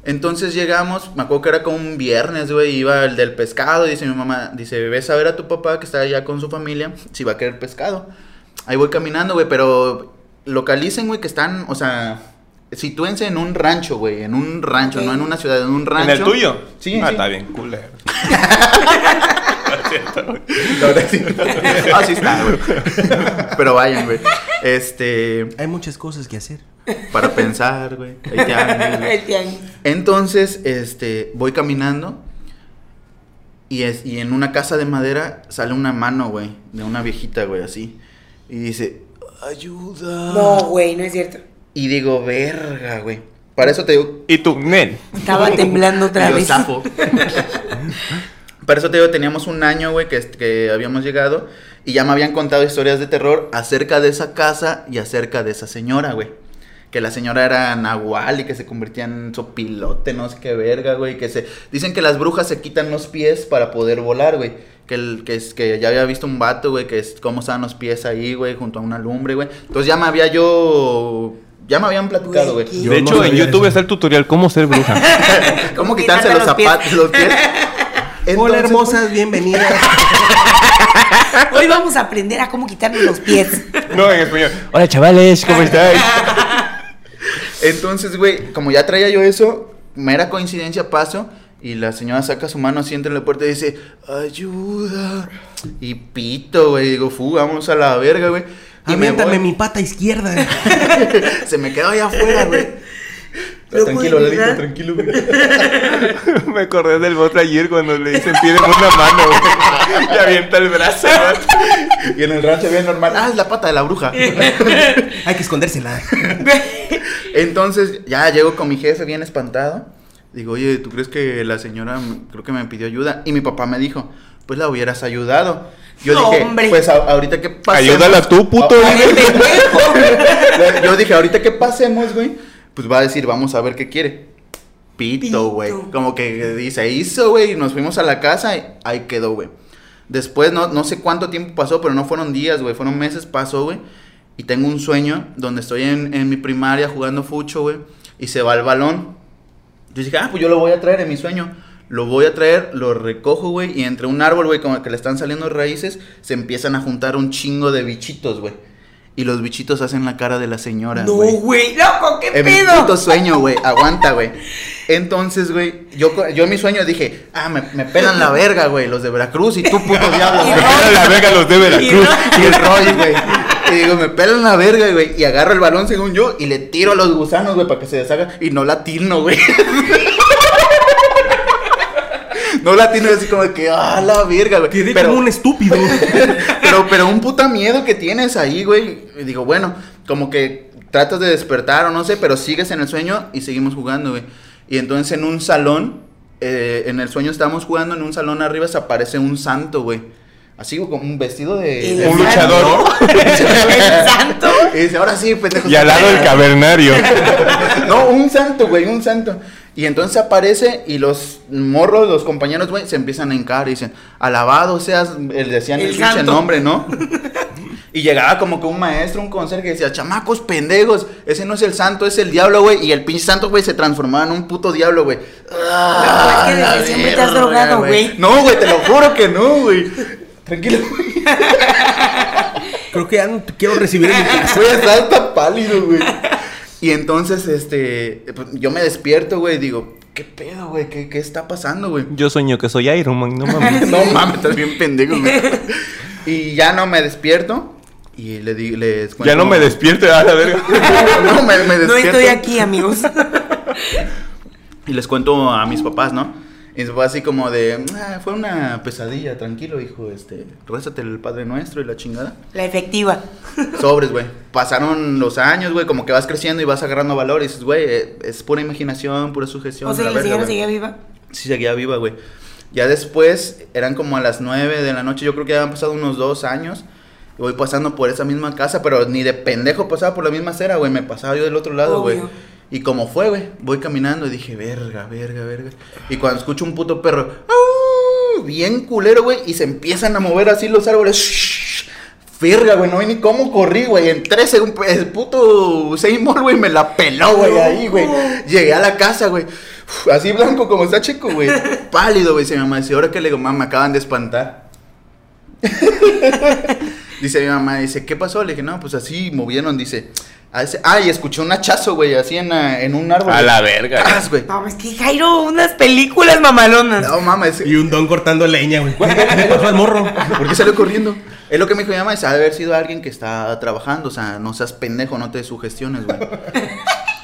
Speaker 2: Entonces llegamos, me acuerdo que era como un viernes, güey, iba el del pescado. Dice mi mamá, dice, ves a ver a tu papá que está allá con su familia, si va a querer pescado. Ahí voy caminando, güey, pero localicen, güey, que están, o sea, sitúense en un rancho, güey, en un rancho,
Speaker 3: Ok.
Speaker 2: no en una ciudad, en un
Speaker 5: ¿En
Speaker 2: rancho.
Speaker 5: el tuyo?
Speaker 2: Sí,
Speaker 5: Ah,
Speaker 2: sí.
Speaker 5: está bien, culero.
Speaker 2: La verdad sí. Ah, sí está, güey. Pero vayan, güey. Este,
Speaker 1: Hay muchas cosas que hacer.
Speaker 2: para pensar, güey. Ahí te hablan, güey.
Speaker 3: El tianguis.
Speaker 2: Entonces, este, voy caminando y, es, y en una casa de madera sale una mano, güey, de una viejita, güey, así. Y dice, ayuda.
Speaker 3: No, güey, no es cierto.
Speaker 2: Y digo, verga, güey. Para eso te digo,
Speaker 5: ¿Y tú, Nel?
Speaker 3: Estaba temblando otra
Speaker 2: Digo,
Speaker 3: vez.
Speaker 2: sapo. Para eso te digo, teníamos un año, güey, que, que habíamos llegado y ya me habían contado historias de terror acerca de esa casa y acerca de esa señora, güey. Que la señora era nahual y que se convertía en sopilote, no sé qué verga, güey. Que se... Dicen que las brujas se quitan los pies para poder volar, güey. Que, el, que, es, que ya había visto un vato, güey, que es cómo estaban los pies ahí, güey, junto a una lumbre, güey. Entonces ya me había yo... Ya me habían platicado,
Speaker 3: Güey,
Speaker 2: güey.
Speaker 3: qué-
Speaker 1: Yo
Speaker 5: de
Speaker 1: no
Speaker 5: hecho, en
Speaker 1: sabía
Speaker 5: YouTube
Speaker 1: eso.
Speaker 5: está el tutorial cómo ser bruja.
Speaker 2: ¿Cómo quitarse los zapatos, los pies?
Speaker 1: Hola
Speaker 2: Entonces, pues, Ah,
Speaker 1: hermosas, bienvenidas.
Speaker 3: Hoy vamos a aprender a cómo quitarnos los pies.
Speaker 5: No, en español. Hola, chavales, ¿cómo estáis?
Speaker 2: Entonces, güey, como ya traía yo eso, mera coincidencia paso. Y la señora saca su mano así entre la puerta y dice, ayuda. Y pito, güey. Digo, fu, vámonos a la verga, güey. Y me
Speaker 1: Aviéntame
Speaker 2: voy.
Speaker 1: mi pata izquierda.
Speaker 2: Se me quedó allá afuera, güey.
Speaker 3: Loco, Tranquilo, Lalito, ¿verdad?
Speaker 2: tranquilo, güey.
Speaker 5: Me acordé del bot ayer cuando le dicen piden una mano, güey. Y avienta el brazo, güey.
Speaker 2: Y en el rancho bien normal. Ah, es la pata de la bruja.
Speaker 1: Hay que escondérsela.
Speaker 2: Entonces, ya llego con mi jefe bien espantado. Digo, oye, ¿tú crees que la señora m- creo que me pidió ayuda? Y mi papá me dijo, pues la hubieras ayudado. Yo
Speaker 3: No,
Speaker 2: dije,
Speaker 3: hombre.
Speaker 2: pues a- ahorita que pasemos.
Speaker 5: Ayúdala tú, puto.
Speaker 3: Ay, pendejo.
Speaker 2: Yo dije, ahorita que pasemos, güey, pues va a decir, vamos a ver qué quiere. Pito,
Speaker 3: Pito.
Speaker 2: güey. Como que dice, hizo, güey, y nos fuimos a la casa y ahí quedó, güey. Después, no, no sé cuánto tiempo pasó, pero no fueron días, güey, fueron meses, pasó, güey. Y tengo un sueño donde estoy en, en mi primaria jugando fucho, güey, y se va el balón. Yo dije, ah, pues yo lo voy a traer en mi sueño. Lo voy a traer, lo recojo, güey, y entre un árbol, güey, como que le están saliendo raíces, se empiezan a juntar un chingo de bichitos, güey. Y los bichitos hacen la cara de la señora,
Speaker 3: No,
Speaker 2: güey.
Speaker 3: güey, loco, ¿qué
Speaker 2: En mi
Speaker 3: pedo?
Speaker 2: puto sueño, güey. Aguanta, güey. Entonces, güey, yo, co- yo en mi sueño dije, ah, me, me pelan la verga, güey, los de Veracruz y tú, puto diablo,
Speaker 3: Y Roy.
Speaker 2: güey.
Speaker 5: Era la verga los de
Speaker 3: Y
Speaker 5: Veracruz.
Speaker 3: Roy.
Speaker 2: Y el Roy, güey. Y digo, me pelan la verga, güey. Y agarro el balón según yo y le tiro a los gusanos, güey, para que se deshagan. Y no latino, güey. No latino así como que, ah, la verga, güey.
Speaker 1: Quedé
Speaker 2: Pero-
Speaker 1: como un estúpido.
Speaker 2: pero, pero un puta miedo que tienes ahí, güey. Y digo, bueno, como que tratas de despertar o no sé, pero sigues en el sueño y seguimos jugando, güey. Y entonces en un salón, eh, en el sueño estábamos jugando, en un salón arriba se aparece un santo, güey. Así como un vestido de...
Speaker 3: El
Speaker 2: de
Speaker 5: Un
Speaker 2: santo,
Speaker 5: luchador.
Speaker 3: El santo.
Speaker 2: Y dice, ahora sí, pendejo.
Speaker 5: Y al lado el cavernario.
Speaker 2: No, un santo, güey, un santo. Y entonces aparece y los morros, los compañeros, güey, se empiezan a hincar y dicen, alabado seas, el decían el,
Speaker 3: El
Speaker 2: pinche
Speaker 3: santo.
Speaker 2: nombre, ¿no? Y llegaba como que un maestro, un conserje, que decía, chamacos pendejos, ese no es el santo, es el diablo, güey. Y el pinche santo, güey, se transformaba en un puto diablo, güey.
Speaker 3: pues,
Speaker 2: Ah,
Speaker 3: No, es que desde
Speaker 2: la
Speaker 3: siempre te has
Speaker 2: verga,
Speaker 3: drogado, güey.
Speaker 2: No, güey, te lo juro que no, güey. Tranquilo, güey.
Speaker 1: Creo que ya no te quiero recibir en mi casa.
Speaker 2: Voy a estar tan pálido, güey. Y entonces, este, pues, yo me despierto, güey, y digo, ¿qué pedo, güey? ¿Qué, qué está pasando, güey?
Speaker 5: Yo sueño que soy Iron Man, no mames.
Speaker 2: No mames, estás bien pendejo, güey. Y ya no me despierto. Y le di, les
Speaker 5: Ya no me despierte, a la verga.
Speaker 2: no, me, me
Speaker 3: No
Speaker 2: despierto.
Speaker 3: estoy aquí, amigos.
Speaker 2: Y les cuento a mis papás, ¿no? Y mis papás así como de, "Ah, fue una pesadilla, tranquilo, hijo, este, rézate el Padre Nuestro y la chingada.
Speaker 3: La efectiva.
Speaker 2: Sobres, güey. Pasaron los años, güey, como que vas creciendo y vas agarrando valor y dices, güey, eh, es pura imaginación, pura sugestión.
Speaker 3: O
Speaker 2: la
Speaker 3: sea, la
Speaker 2: verga,
Speaker 3: señora
Speaker 2: güey".
Speaker 3: seguía viva.
Speaker 2: Sí, seguía viva, güey. Ya después, eran como a las 9 de la noche, yo creo que ya habían pasado unos dos años. Y voy pasando por esa misma casa, pero ni de pendejo pasaba por la misma acera, güey. Me pasaba yo del otro lado, güey.
Speaker 3: Obvio.
Speaker 2: Y como fue, güey, voy caminando y dije, verga, verga, verga. Y cuando escucho un puto perro, "Au", bien culero, güey, y se empiezan a mover así los árboles. shhh, Verga, güey, no vi ni cómo corrí, güey. En 13, un, el puto Seymour, güey, me la peló, güey, ahí, güey. Llegué a la casa, güey. Uf, Así blanco como está chico, güey. Pálido, güey, se mi mamá dice, ahora que le digo, mamá, me acaban de espantar. Dice mi mamá, dice, ¿qué pasó? Le dije, no, pues así movieron, dice. "Ah, ese- Ah, y escuché un hachazo, güey, así en, ah, en un árbol.
Speaker 5: A la verga.
Speaker 2: ¡Tas, güey!
Speaker 3: No, es que Jairo, unas películas mamalonas.
Speaker 2: No mames,
Speaker 1: Y un don cortando leña, güey. ¿Qué pasó al morro?
Speaker 2: ¿por qué salió corriendo? Es lo que me dijo mi mamá, dice, ha de haber sido alguien que está trabajando, o sea, no seas pendejo, no te sugestiones, güey.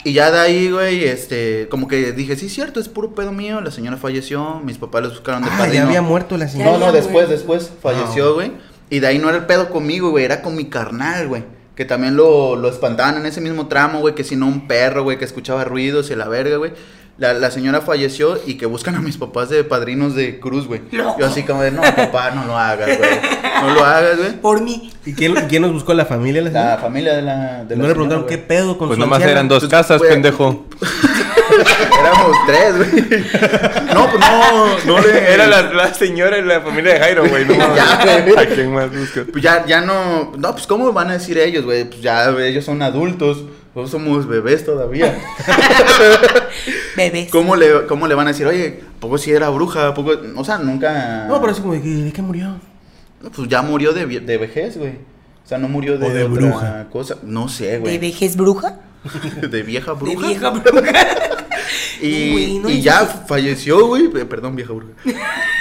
Speaker 2: Y ya de ahí, güey, este, como que dije, sí, cierto, es puro pedo mío, la señora falleció, mis papás los buscaron de
Speaker 1: Ah,
Speaker 2: padrino.
Speaker 1: ya había muerto la
Speaker 3: Ya
Speaker 1: señora.
Speaker 2: No, no,
Speaker 3: había
Speaker 2: después,
Speaker 3: muerto.
Speaker 2: después falleció, güey. Y de ahí no era el pedo conmigo, güey, era con mi carnal, güey. Que también lo, lo espantaban en ese mismo tramo, güey, que si no un perro, güey, que escuchaba ruidos y la verga, güey. La, la señora falleció y que buscan a mis papás de padrinos de cruz, güey.
Speaker 3: Loco.
Speaker 2: Yo así como de, no, papá, no lo hagas, güey. No lo hagas, güey.
Speaker 3: Por mí.
Speaker 1: ¿Y quién, y quién nos buscó? ¿La familia? La
Speaker 2: La
Speaker 1: señora?
Speaker 2: familia de la... De
Speaker 1: no
Speaker 2: la
Speaker 1: le preguntaron
Speaker 2: señora,
Speaker 1: qué
Speaker 2: güey.
Speaker 1: pedo con
Speaker 5: Pues
Speaker 1: su
Speaker 5: nomás
Speaker 1: anciana?
Speaker 5: eran dos
Speaker 2: Pues,
Speaker 5: casas,
Speaker 2: güey.
Speaker 5: pendejo.
Speaker 2: Éramos tres, güey. No, pues no, no le...
Speaker 5: Era la, la señora y la familia de Jairo, güey. No mames.
Speaker 2: Ya, güey.
Speaker 5: ¿A quién más busca?
Speaker 2: Pues ya, ya no. No, pues ¿cómo van a decir ellos, güey? Pues ya güey, ellos son adultos. Nosotros somos bebés todavía.
Speaker 3: Bebés.
Speaker 2: ¿Cómo le, ¿Cómo le van a decir, oye, ¿a poco si era bruja? ¿A poco? O sea, nunca.
Speaker 1: No, pero así como, de que, ¿de qué murió?
Speaker 2: Pues ya murió de, vie- de vejez, güey. O sea, no murió de,
Speaker 1: O de
Speaker 2: otra
Speaker 1: bruja.
Speaker 2: cosa. No sé,
Speaker 3: ¿De
Speaker 2: güey.
Speaker 3: vejez bruja?
Speaker 2: De vieja bruja.
Speaker 3: De vieja bruja.
Speaker 2: Y,
Speaker 3: Güey, no
Speaker 2: y
Speaker 3: digas
Speaker 2: ya
Speaker 3: eso.
Speaker 2: falleció, güey. Eh, Perdón, vieja bruja.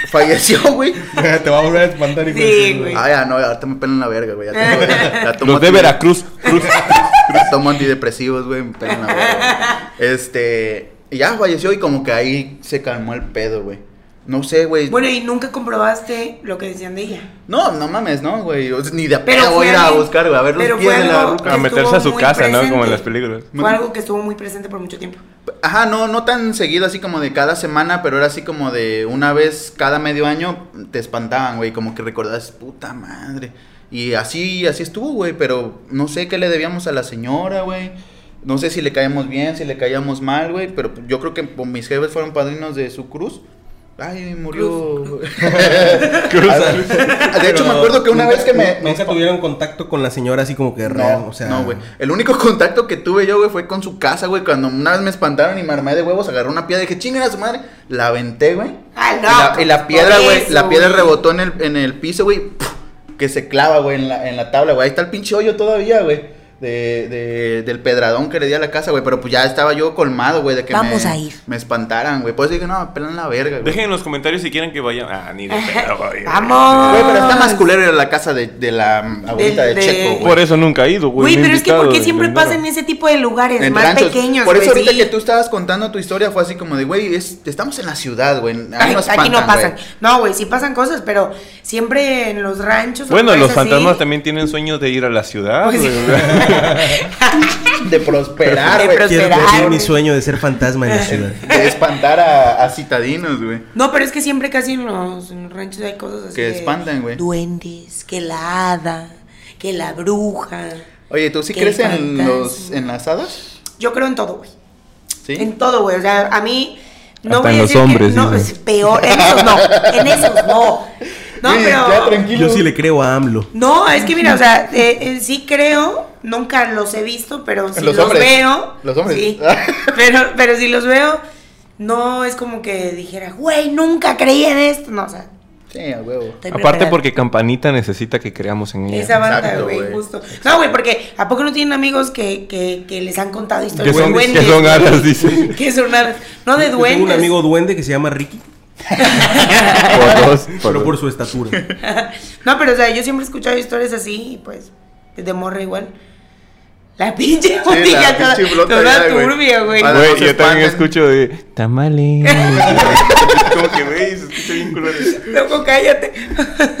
Speaker 2: falleció, güey.
Speaker 1: Te va a volver a espantar y
Speaker 3: hijo de Sí, su- güey.
Speaker 2: Ah, ya, no, ahorita me pelan la verga, güey. Ya tengo- ya tomo
Speaker 5: Los de
Speaker 2: anti-
Speaker 5: Veracruz. Cruz.
Speaker 2: Tomo antidepresivos, güey, me pegan la verga. Este, y ya falleció y como que ahí se calmó el pedo, güey. No sé, güey.
Speaker 3: Bueno, y nunca comprobaste lo que decían de ella.
Speaker 2: No, no mames, no, güey. O sea, ni de
Speaker 3: Pero
Speaker 2: pedo voy a
Speaker 3: fue
Speaker 2: ir a
Speaker 3: alguien-
Speaker 2: buscar, güey, a ver
Speaker 3: pero
Speaker 2: los pies
Speaker 3: fue
Speaker 2: de la
Speaker 3: algo-
Speaker 2: ruca.
Speaker 5: A meterse a su
Speaker 3: Estuvo muy
Speaker 5: casa, ¿no? Como
Speaker 3: presente.
Speaker 5: en las películas.
Speaker 3: Fue algo que estuvo muy presente por mucho tiempo.
Speaker 2: Ajá, no, no tan seguido así como de cada semana, pero era así como de una vez cada medio año te espantaban, güey, como que recordabas, puta madre. Y así, así estuvo, güey, pero no sé qué le debíamos a la señora, güey. No sé si le caíamos bien, si le caíamos mal, güey, pero yo creo que pues, mis jefes fueron padrinos de su cruz. Ay, murió. ah, de hecho, me acuerdo que una vez que me... me
Speaker 1: Ah, Nunca
Speaker 2: espan-
Speaker 1: tuvieron contacto con la señora así como que raro,
Speaker 2: no,
Speaker 1: o sea...
Speaker 2: no, güey. El único contacto que tuve yo, güey, fue con su casa, güey. Cuando una vez me espantaron y me armé de huevos, agarré una piedra y dije, chinga a su madre. La aventé, güey.
Speaker 3: Ah,
Speaker 2: y,
Speaker 3: no,
Speaker 2: la, y la
Speaker 3: por
Speaker 2: piedra, güey,
Speaker 3: eso,
Speaker 2: la piedra
Speaker 3: güey.
Speaker 2: rebotó en el, en el piso, güey. ¡puf! Que se clava, güey, en la, en la tabla, güey. Ahí está el pinche hoyo todavía, güey. De, de- del pedradón que le di a la casa, güey. Pero pues ya estaba yo colmado, güey, de que
Speaker 3: Vamos
Speaker 2: me,
Speaker 3: a ir.
Speaker 2: me espantaran, güey. Por eso dije, no, pelan la verga, güey.
Speaker 5: Dejen en los comentarios si quieren que vayan. Ah, ni de pedo, güey.
Speaker 3: ¡Vamos!
Speaker 2: Güey, pero está más culero ir a la casa de, de la mm, abuelita de,
Speaker 3: de-
Speaker 2: Checo, güey.
Speaker 5: Por eso nunca he ido, güey.
Speaker 3: Güey,
Speaker 5: Me
Speaker 3: pero es que
Speaker 5: invitado,
Speaker 3: ¿por qué
Speaker 5: me
Speaker 3: siempre
Speaker 5: invitaron.
Speaker 3: pasa en ese tipo de lugares
Speaker 2: En
Speaker 3: más
Speaker 2: ranchos.
Speaker 3: pequeños?
Speaker 2: Por
Speaker 3: güey?
Speaker 2: eso ahorita
Speaker 3: Sí.
Speaker 2: que tú estabas contando tu historia fue así como de, güey, es- estamos en la ciudad, güey. Ahí
Speaker 3: Ay,
Speaker 2: no
Speaker 3: aquí
Speaker 2: espantan,
Speaker 3: no pasan.
Speaker 2: güey.
Speaker 3: No, güey, sí pasan cosas, pero siempre en los ranchos. o
Speaker 5: Bueno,
Speaker 3: lugares
Speaker 5: los
Speaker 3: así,
Speaker 5: fantasmas también tienen sueños de ir a la ciudad,
Speaker 3: Pues sí.
Speaker 5: güey.
Speaker 2: De prosperar,
Speaker 3: De
Speaker 2: güey.
Speaker 1: Quiero
Speaker 3: prosperar.
Speaker 1: cumplir
Speaker 3: Esperar,
Speaker 1: mi
Speaker 3: güey.
Speaker 1: sueño de ser fantasma en la ciudad.
Speaker 2: De espantar a, a citadinos, güey.
Speaker 3: No, pero es que siempre casi en los, en los ranchos hay cosas así.
Speaker 2: Que
Speaker 3: de
Speaker 2: espantan, güey.
Speaker 3: Duendes, que la hada, que la bruja.
Speaker 2: Oye, ¿tú sí
Speaker 3: Qué
Speaker 2: crees en,
Speaker 3: fantasma.
Speaker 2: los, en las hadas?
Speaker 3: Yo creo en todo, güey.
Speaker 2: Sí.
Speaker 3: En todo, güey. O sea, a mí. No
Speaker 4: Hasta
Speaker 3: voy
Speaker 4: en
Speaker 3: a
Speaker 4: los
Speaker 3: decir que-
Speaker 4: hombres,
Speaker 3: no,
Speaker 4: dices.
Speaker 3: es peor. En esos no. En esos no. No,
Speaker 2: Güey,
Speaker 3: pero.
Speaker 2: Ya, tranquilo.
Speaker 1: Yo sí le creo a AMLO.
Speaker 3: No, es que mira, o sea, eh, eh, sí creo, nunca los he visto, pero si
Speaker 2: Los
Speaker 3: los,
Speaker 2: hombres.
Speaker 3: veo.
Speaker 2: Los hombres.
Speaker 3: Sí. pero, pero si los veo, no es como que dijera, güey, nunca creí en esto. No, o sea,
Speaker 2: Sí, a huevo.
Speaker 3: estoy
Speaker 5: Aparte
Speaker 3: preparada.
Speaker 5: porque Campanita necesita que creamos en ella.
Speaker 3: Esa banda,
Speaker 2: Exacto,
Speaker 3: güey,
Speaker 2: güey.
Speaker 3: justo. No, güey, porque ¿a poco no tienen amigos que, que, que les han contado historias
Speaker 5: Que son-
Speaker 3: de duendes?
Speaker 5: que son hadas,
Speaker 3: güey?
Speaker 5: dice.
Speaker 3: Que son hadas. No de
Speaker 1: Yo Tengo
Speaker 3: duendes.
Speaker 1: un amigo duende que se llama Ricky,
Speaker 5: Por dos, por
Speaker 1: pero
Speaker 5: dos.
Speaker 1: por su estatura.
Speaker 3: No, pero o sea, yo siempre he escuchado historias así y pues desde morra igual. La pinche
Speaker 2: la
Speaker 3: botella toda,
Speaker 2: pinche flota
Speaker 3: toda
Speaker 2: ya, güey.
Speaker 3: turbia, güey.
Speaker 2: Ah,
Speaker 5: Güey,
Speaker 2: no se
Speaker 5: yo también
Speaker 2: espanten.
Speaker 5: escucho de tamales.
Speaker 7: Como que veis, escucha bien culero.
Speaker 3: Loco, cállate.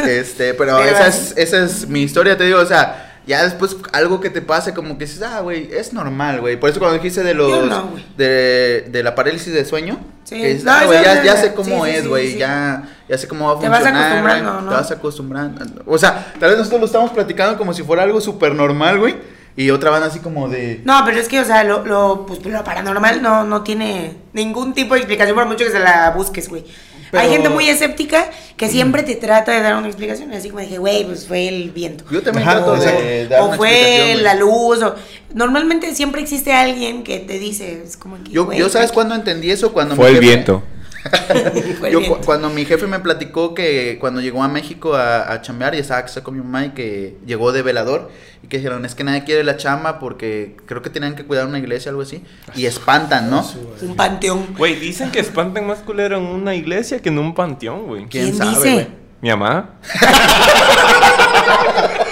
Speaker 2: Este, pero
Speaker 3: Pero
Speaker 2: esa es,
Speaker 3: así.
Speaker 2: esa es mi historia, te digo, o sea, ya después algo que te pase como que dices, ah, güey, es normal, güey. Por eso cuando dijiste de los
Speaker 3: Yo no, güey.
Speaker 2: de, de la parálisis de sueño,
Speaker 3: Sí.
Speaker 2: que dices,
Speaker 3: No,
Speaker 2: ah,
Speaker 3: eso
Speaker 2: güey,
Speaker 3: es
Speaker 2: ya,
Speaker 3: de-
Speaker 2: ya sé
Speaker 3: sí,
Speaker 2: cómo
Speaker 3: sí,
Speaker 2: es,
Speaker 3: sí,
Speaker 2: güey,
Speaker 3: sí.
Speaker 2: ya, ya sé cómo va a
Speaker 3: Te vas
Speaker 2: funcionar. güey,
Speaker 3: acostumbrando, ¿no?
Speaker 2: Te vas acostumbrando. O sea, tal vez nosotros lo estamos platicando como si fuera algo súper normal, güey. Y otra van así como de.
Speaker 3: No, pero es que, o sea, lo, lo, pues, lo paranormal no, no tiene ningún tipo de explicación por mucho que se la busques, güey. Hay
Speaker 2: Pero-
Speaker 3: gente muy escéptica que siempre te trata de dar una explicación. Así como dije, güey, pues fue el viento.
Speaker 2: Yo también
Speaker 3: Ajá,
Speaker 2: trato
Speaker 3: o sea,
Speaker 2: de dar
Speaker 3: O
Speaker 2: una
Speaker 3: fue
Speaker 2: explicación,
Speaker 3: la
Speaker 2: güey.
Speaker 3: luz. O... Normalmente siempre existe alguien que te dice, es como que.
Speaker 2: Yo,
Speaker 3: güey,
Speaker 2: yo sabes
Speaker 3: aquí
Speaker 2: cuándo entendí eso cuando
Speaker 5: Fue
Speaker 2: mi
Speaker 5: el
Speaker 2: jefe-
Speaker 5: viento.
Speaker 3: fue el
Speaker 2: Yo cu-
Speaker 3: viento.
Speaker 2: cuando mi jefe me platicó que cuando llegó a México a, a chambear y estaba casado con mi mamá y que llegó de velador y que dijeron es que nadie quiere la chamba porque creo que tenían que cuidar una iglesia o algo así y espantan, ¿no?
Speaker 3: Un panteón.
Speaker 5: Güey, dicen que espantan más culero en una iglesia que en un panteón, güey.
Speaker 2: ¿Quién
Speaker 3: ¿Quién
Speaker 2: sabe,
Speaker 3: dice?
Speaker 2: güey?
Speaker 5: Mi mamá.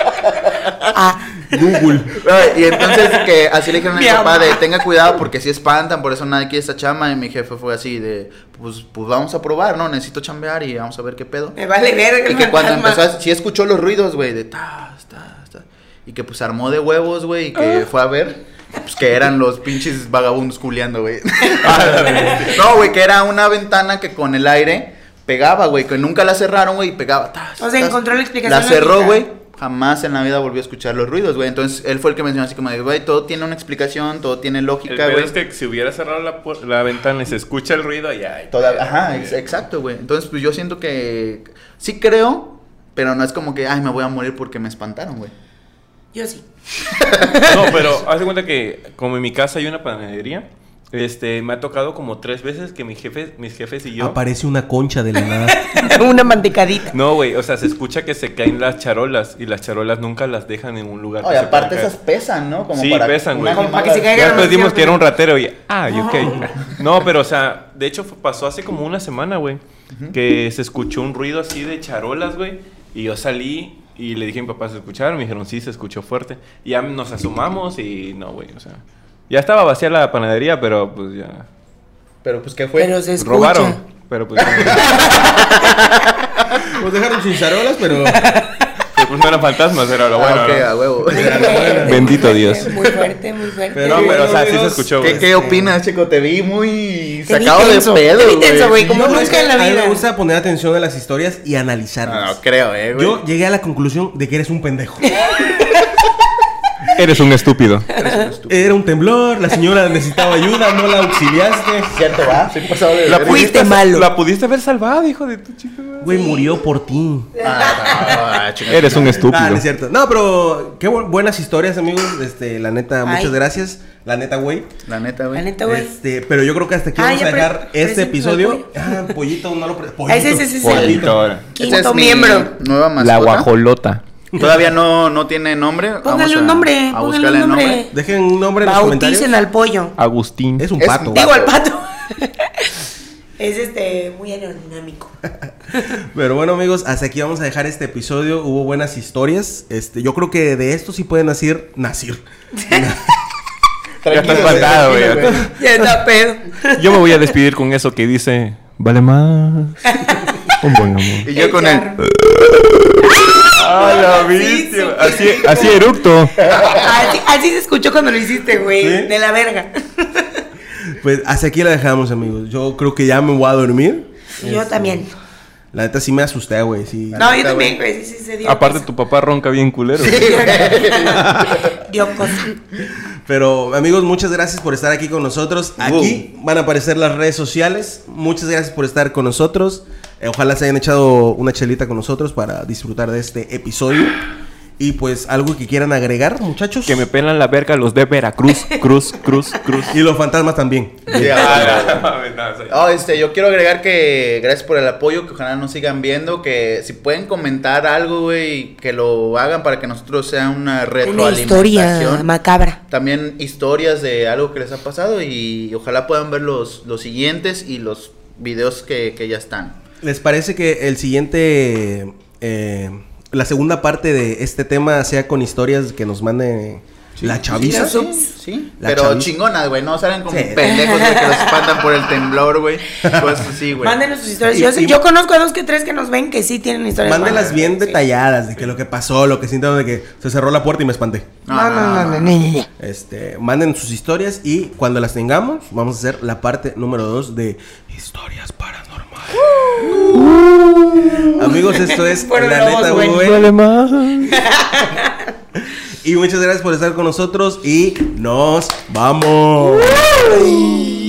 Speaker 3: Ah,
Speaker 2: Ah, Y entonces que así le dijeron a mi
Speaker 3: Mi
Speaker 2: papá
Speaker 3: mamá.
Speaker 2: de tenga cuidado porque si espantan, por eso nadie quiere esta chamba y mi jefe fue así de pues, pues vamos a probar, ¿no? Necesito chambear y vamos a ver qué pedo.
Speaker 3: me vale verga.
Speaker 2: Y
Speaker 3: el
Speaker 2: que cuando
Speaker 3: fantasma.
Speaker 2: empezó, a- sí escuchó los ruidos, güey, de ta, ta, ta. Y que pues armó de huevos, güey, y
Speaker 3: Ah.
Speaker 2: que fue a ver. Pues que eran los pinches vagabundos culeando, güey.
Speaker 3: Ah,
Speaker 2: no, güey, que era una ventana que con el aire pegaba, güey, que nunca la cerraron, güey, y pegaba. tas,
Speaker 3: O sea,
Speaker 2: tas.
Speaker 3: encontró la explicación
Speaker 2: La cerró,
Speaker 3: lógica.
Speaker 2: güey. Jamás en la vida volvió a escuchar los ruidos, güey. Entonces él fue el que mencionó así como de, güey, todo tiene una explicación, todo tiene
Speaker 5: El
Speaker 2: lógica,
Speaker 5: pedo
Speaker 2: güey.
Speaker 5: es que si hubiera cerrado la, pu- la ventana y se escucha el ruido, ya. ay,
Speaker 2: Todavía, ajá, ex- exacto, güey. Entonces, pues yo siento que sí creo, pero no es como que, ay, me voy a morir porque me espantaron, güey.
Speaker 3: Yo sí.
Speaker 5: No, pero haz de cuenta que como en mi casa hay una panadería, este, me ha tocado como tres veces que mis jefes, mis jefes y yo...
Speaker 1: Aparece una concha de la nada.
Speaker 3: Una mantecadita.
Speaker 5: no, güey, o sea, se escucha que se caen las charolas y las charolas nunca las dejan en un lugar.
Speaker 2: Oye,
Speaker 5: que se
Speaker 2: aparte
Speaker 5: pueda
Speaker 2: esas
Speaker 5: caer.
Speaker 2: pesan, ¿no? Como
Speaker 5: Sí,
Speaker 2: para
Speaker 5: pesan,
Speaker 2: un
Speaker 5: güey.
Speaker 2: animal
Speaker 3: Para que se
Speaker 2: las-
Speaker 3: caiga.
Speaker 5: Ya después
Speaker 3: Caigan,
Speaker 5: dimos
Speaker 3: sí,
Speaker 5: que era un
Speaker 3: pero-
Speaker 5: ratero y... Ah, y ok. No, pero o sea, de hecho fue- pasó hace como una semana, güey, que se escuchó un ruido así de charolas, güey, y yo salí y le dije a mi papá, ¿se escucharon? Me dijeron, sí, se escuchó fuerte. Y ya nos asomamos y no, güey, o sea... Ya estaba vacía la panadería, pero pues ya...
Speaker 2: Pero pues, ¿qué fue?
Speaker 3: Pero se escucha.
Speaker 5: Robaron, pero pues...
Speaker 1: Nos dejaron sus zarolas, pero.
Speaker 5: Después pues, no eran fantasmas, era lo
Speaker 2: Ah,
Speaker 5: bueno.
Speaker 2: ok,
Speaker 5: ¿no?
Speaker 2: a huevo.
Speaker 5: Bendito Dios.
Speaker 3: Muy fuerte, muy fuerte.
Speaker 1: Pero-
Speaker 5: No, pero o sea, sí se
Speaker 1: Dios.
Speaker 5: escuchó.
Speaker 2: ¿Qué,
Speaker 5: güey.
Speaker 2: qué opinas, chico? Te vi muy
Speaker 3: Te vi
Speaker 2: sacado de
Speaker 3: tenso,
Speaker 2: pedo,
Speaker 3: te vi
Speaker 2: güey.
Speaker 3: tenso, güey, como
Speaker 1: No, es
Speaker 3: nunca
Speaker 1: que
Speaker 3: en la
Speaker 1: A mí
Speaker 3: vida.
Speaker 1: me gusta poner atención a las historias y
Speaker 2: No,
Speaker 1: analizarlas.
Speaker 2: no creo, eh, güey.
Speaker 1: Yo llegué a la conclusión de que eres un pendejo.
Speaker 5: Eres un estúpido.
Speaker 1: Era un temblor, la señora necesitaba ayuda, no la auxiliaste.
Speaker 2: Cierto, va. Soy pasado de verga.
Speaker 3: Fuiste malo.
Speaker 5: La pudiste haber salvado, hijo de tu chica.
Speaker 1: Güey, murió por ti.
Speaker 2: Ah, ah, chinga.
Speaker 5: Eres un
Speaker 1: Ah,
Speaker 5: estúpido.
Speaker 1: no es cierto. No, pero qué bu- buenas historias, amigos. Este, la neta,
Speaker 3: Ay.
Speaker 1: muchas gracias. La neta, güey.
Speaker 2: La neta,
Speaker 3: La
Speaker 2: güey.
Speaker 3: neta, güey.
Speaker 1: Este, pero yo creo que hasta aquí
Speaker 3: Ah,
Speaker 1: vamos a
Speaker 3: ya pre-
Speaker 1: dejar este
Speaker 3: presento el
Speaker 1: episodio.
Speaker 3: pollo.
Speaker 1: Ah, pollito, no lo pre- pollito.
Speaker 3: Ese, ese, ese, ese.
Speaker 5: Pollito ahora.
Speaker 3: Quinto
Speaker 2: Esta es mi
Speaker 3: miembro.
Speaker 2: Nueva mascota.
Speaker 5: La guajolota.
Speaker 2: Todavía no, no tiene nombre. Vamos
Speaker 3: Póngale un
Speaker 2: a-
Speaker 3: nombre, póngale
Speaker 2: A buscarle
Speaker 3: un nombre.
Speaker 2: nombre.
Speaker 1: Dejen un nombre en los comentarios.
Speaker 3: Bauticen al pollo.
Speaker 5: Agustín.
Speaker 1: Es un
Speaker 2: Es
Speaker 1: pato.
Speaker 2: un
Speaker 3: Digo al pato. es este muy aerodinámico.
Speaker 1: Pero bueno, amigos, hasta aquí vamos a dejar este episodio. Hubo buenas historias. Este, yo creo que de esto sí pueden nacir. Nacir.
Speaker 5: Ya
Speaker 2: Tranquilo,
Speaker 5: estás espantado,
Speaker 2: tranquilo,
Speaker 5: güey.
Speaker 3: ya está pedo.
Speaker 5: Yo me voy a despedir con eso que dice. Vale más. Un buen amor.
Speaker 2: Y yo con él.
Speaker 5: Ah, la
Speaker 3: Sí,
Speaker 5: bestia.
Speaker 3: sí.
Speaker 5: Así, así eructo.
Speaker 3: Así, así se escuchó cuando lo hiciste, güey.
Speaker 1: ¿Sí?
Speaker 3: De la verga.
Speaker 1: Pues hasta aquí la dejamos, amigos. Yo creo que ya me voy a dormir.
Speaker 3: Y yo también.
Speaker 1: La neta sí me asusté, güey. Sí.
Speaker 3: No, yo
Speaker 2: neta,
Speaker 3: también, güey. Sí, sí, se dio.
Speaker 5: Aparte,
Speaker 3: cosa.
Speaker 5: tu papá ronca bien culero. güey.
Speaker 3: Dio cosa.
Speaker 1: Pero amigos, muchas gracias por estar aquí con nosotros. Aquí van a aparecer las redes sociales. Muchas gracias por estar con nosotros. Eh, ojalá se hayan echado una chelita con nosotros para disfrutar de este episodio. Y pues algo que quieran agregar, muchachos.
Speaker 5: Que me pelan la verga los de Veracruz. Cruz, cruz, cruz.
Speaker 1: Y los fantasmas también.
Speaker 2: Sí, a
Speaker 5: Ah,
Speaker 2: huevo.
Speaker 5: Ay,
Speaker 2: Oh, este, yo quiero agregar que gracias por el apoyo, que ojalá nos sigan viendo, que si pueden comentar algo, güey, que lo hagan para que nosotros sea una
Speaker 3: Una
Speaker 2: retroalimentación.
Speaker 3: historia macabra.
Speaker 2: También historias de algo que les ha pasado y ojalá puedan ver los, los siguientes y los videos que, que ya están.
Speaker 1: ¿Les parece que el siguiente eh, la segunda parte de este tema sea con historias que nos mande la chaviza.
Speaker 2: Sí, sí, sí.
Speaker 1: La
Speaker 2: Pero
Speaker 1: chaviza.
Speaker 2: chingonas, güey. No salen como
Speaker 1: Sí.
Speaker 2: pendejos güey, que los espantan por el temblor, güey. Cosas así, güey.
Speaker 3: Mándenos sus historias.
Speaker 1: Y-
Speaker 3: yo, sé-
Speaker 1: y-
Speaker 3: yo conozco a dos que tres que nos ven que sí tienen historias.
Speaker 1: Mándelas
Speaker 3: malas,
Speaker 1: bien
Speaker 3: sí.
Speaker 1: detalladas de que lo que pasó, lo que sintieron de que se cerró la puerta y me espanté.
Speaker 3: No, no, no, no, no, no, no.
Speaker 1: Este, manden sus historias y cuando las tengamos, vamos a hacer la parte número 2 de historias paranormales. Amigos, esto es
Speaker 3: Fueron
Speaker 1: la
Speaker 3: lobos,
Speaker 1: neta,
Speaker 3: güey.
Speaker 1: güey. Y muchas gracias por estar con nosotros y nos vamos. Ay.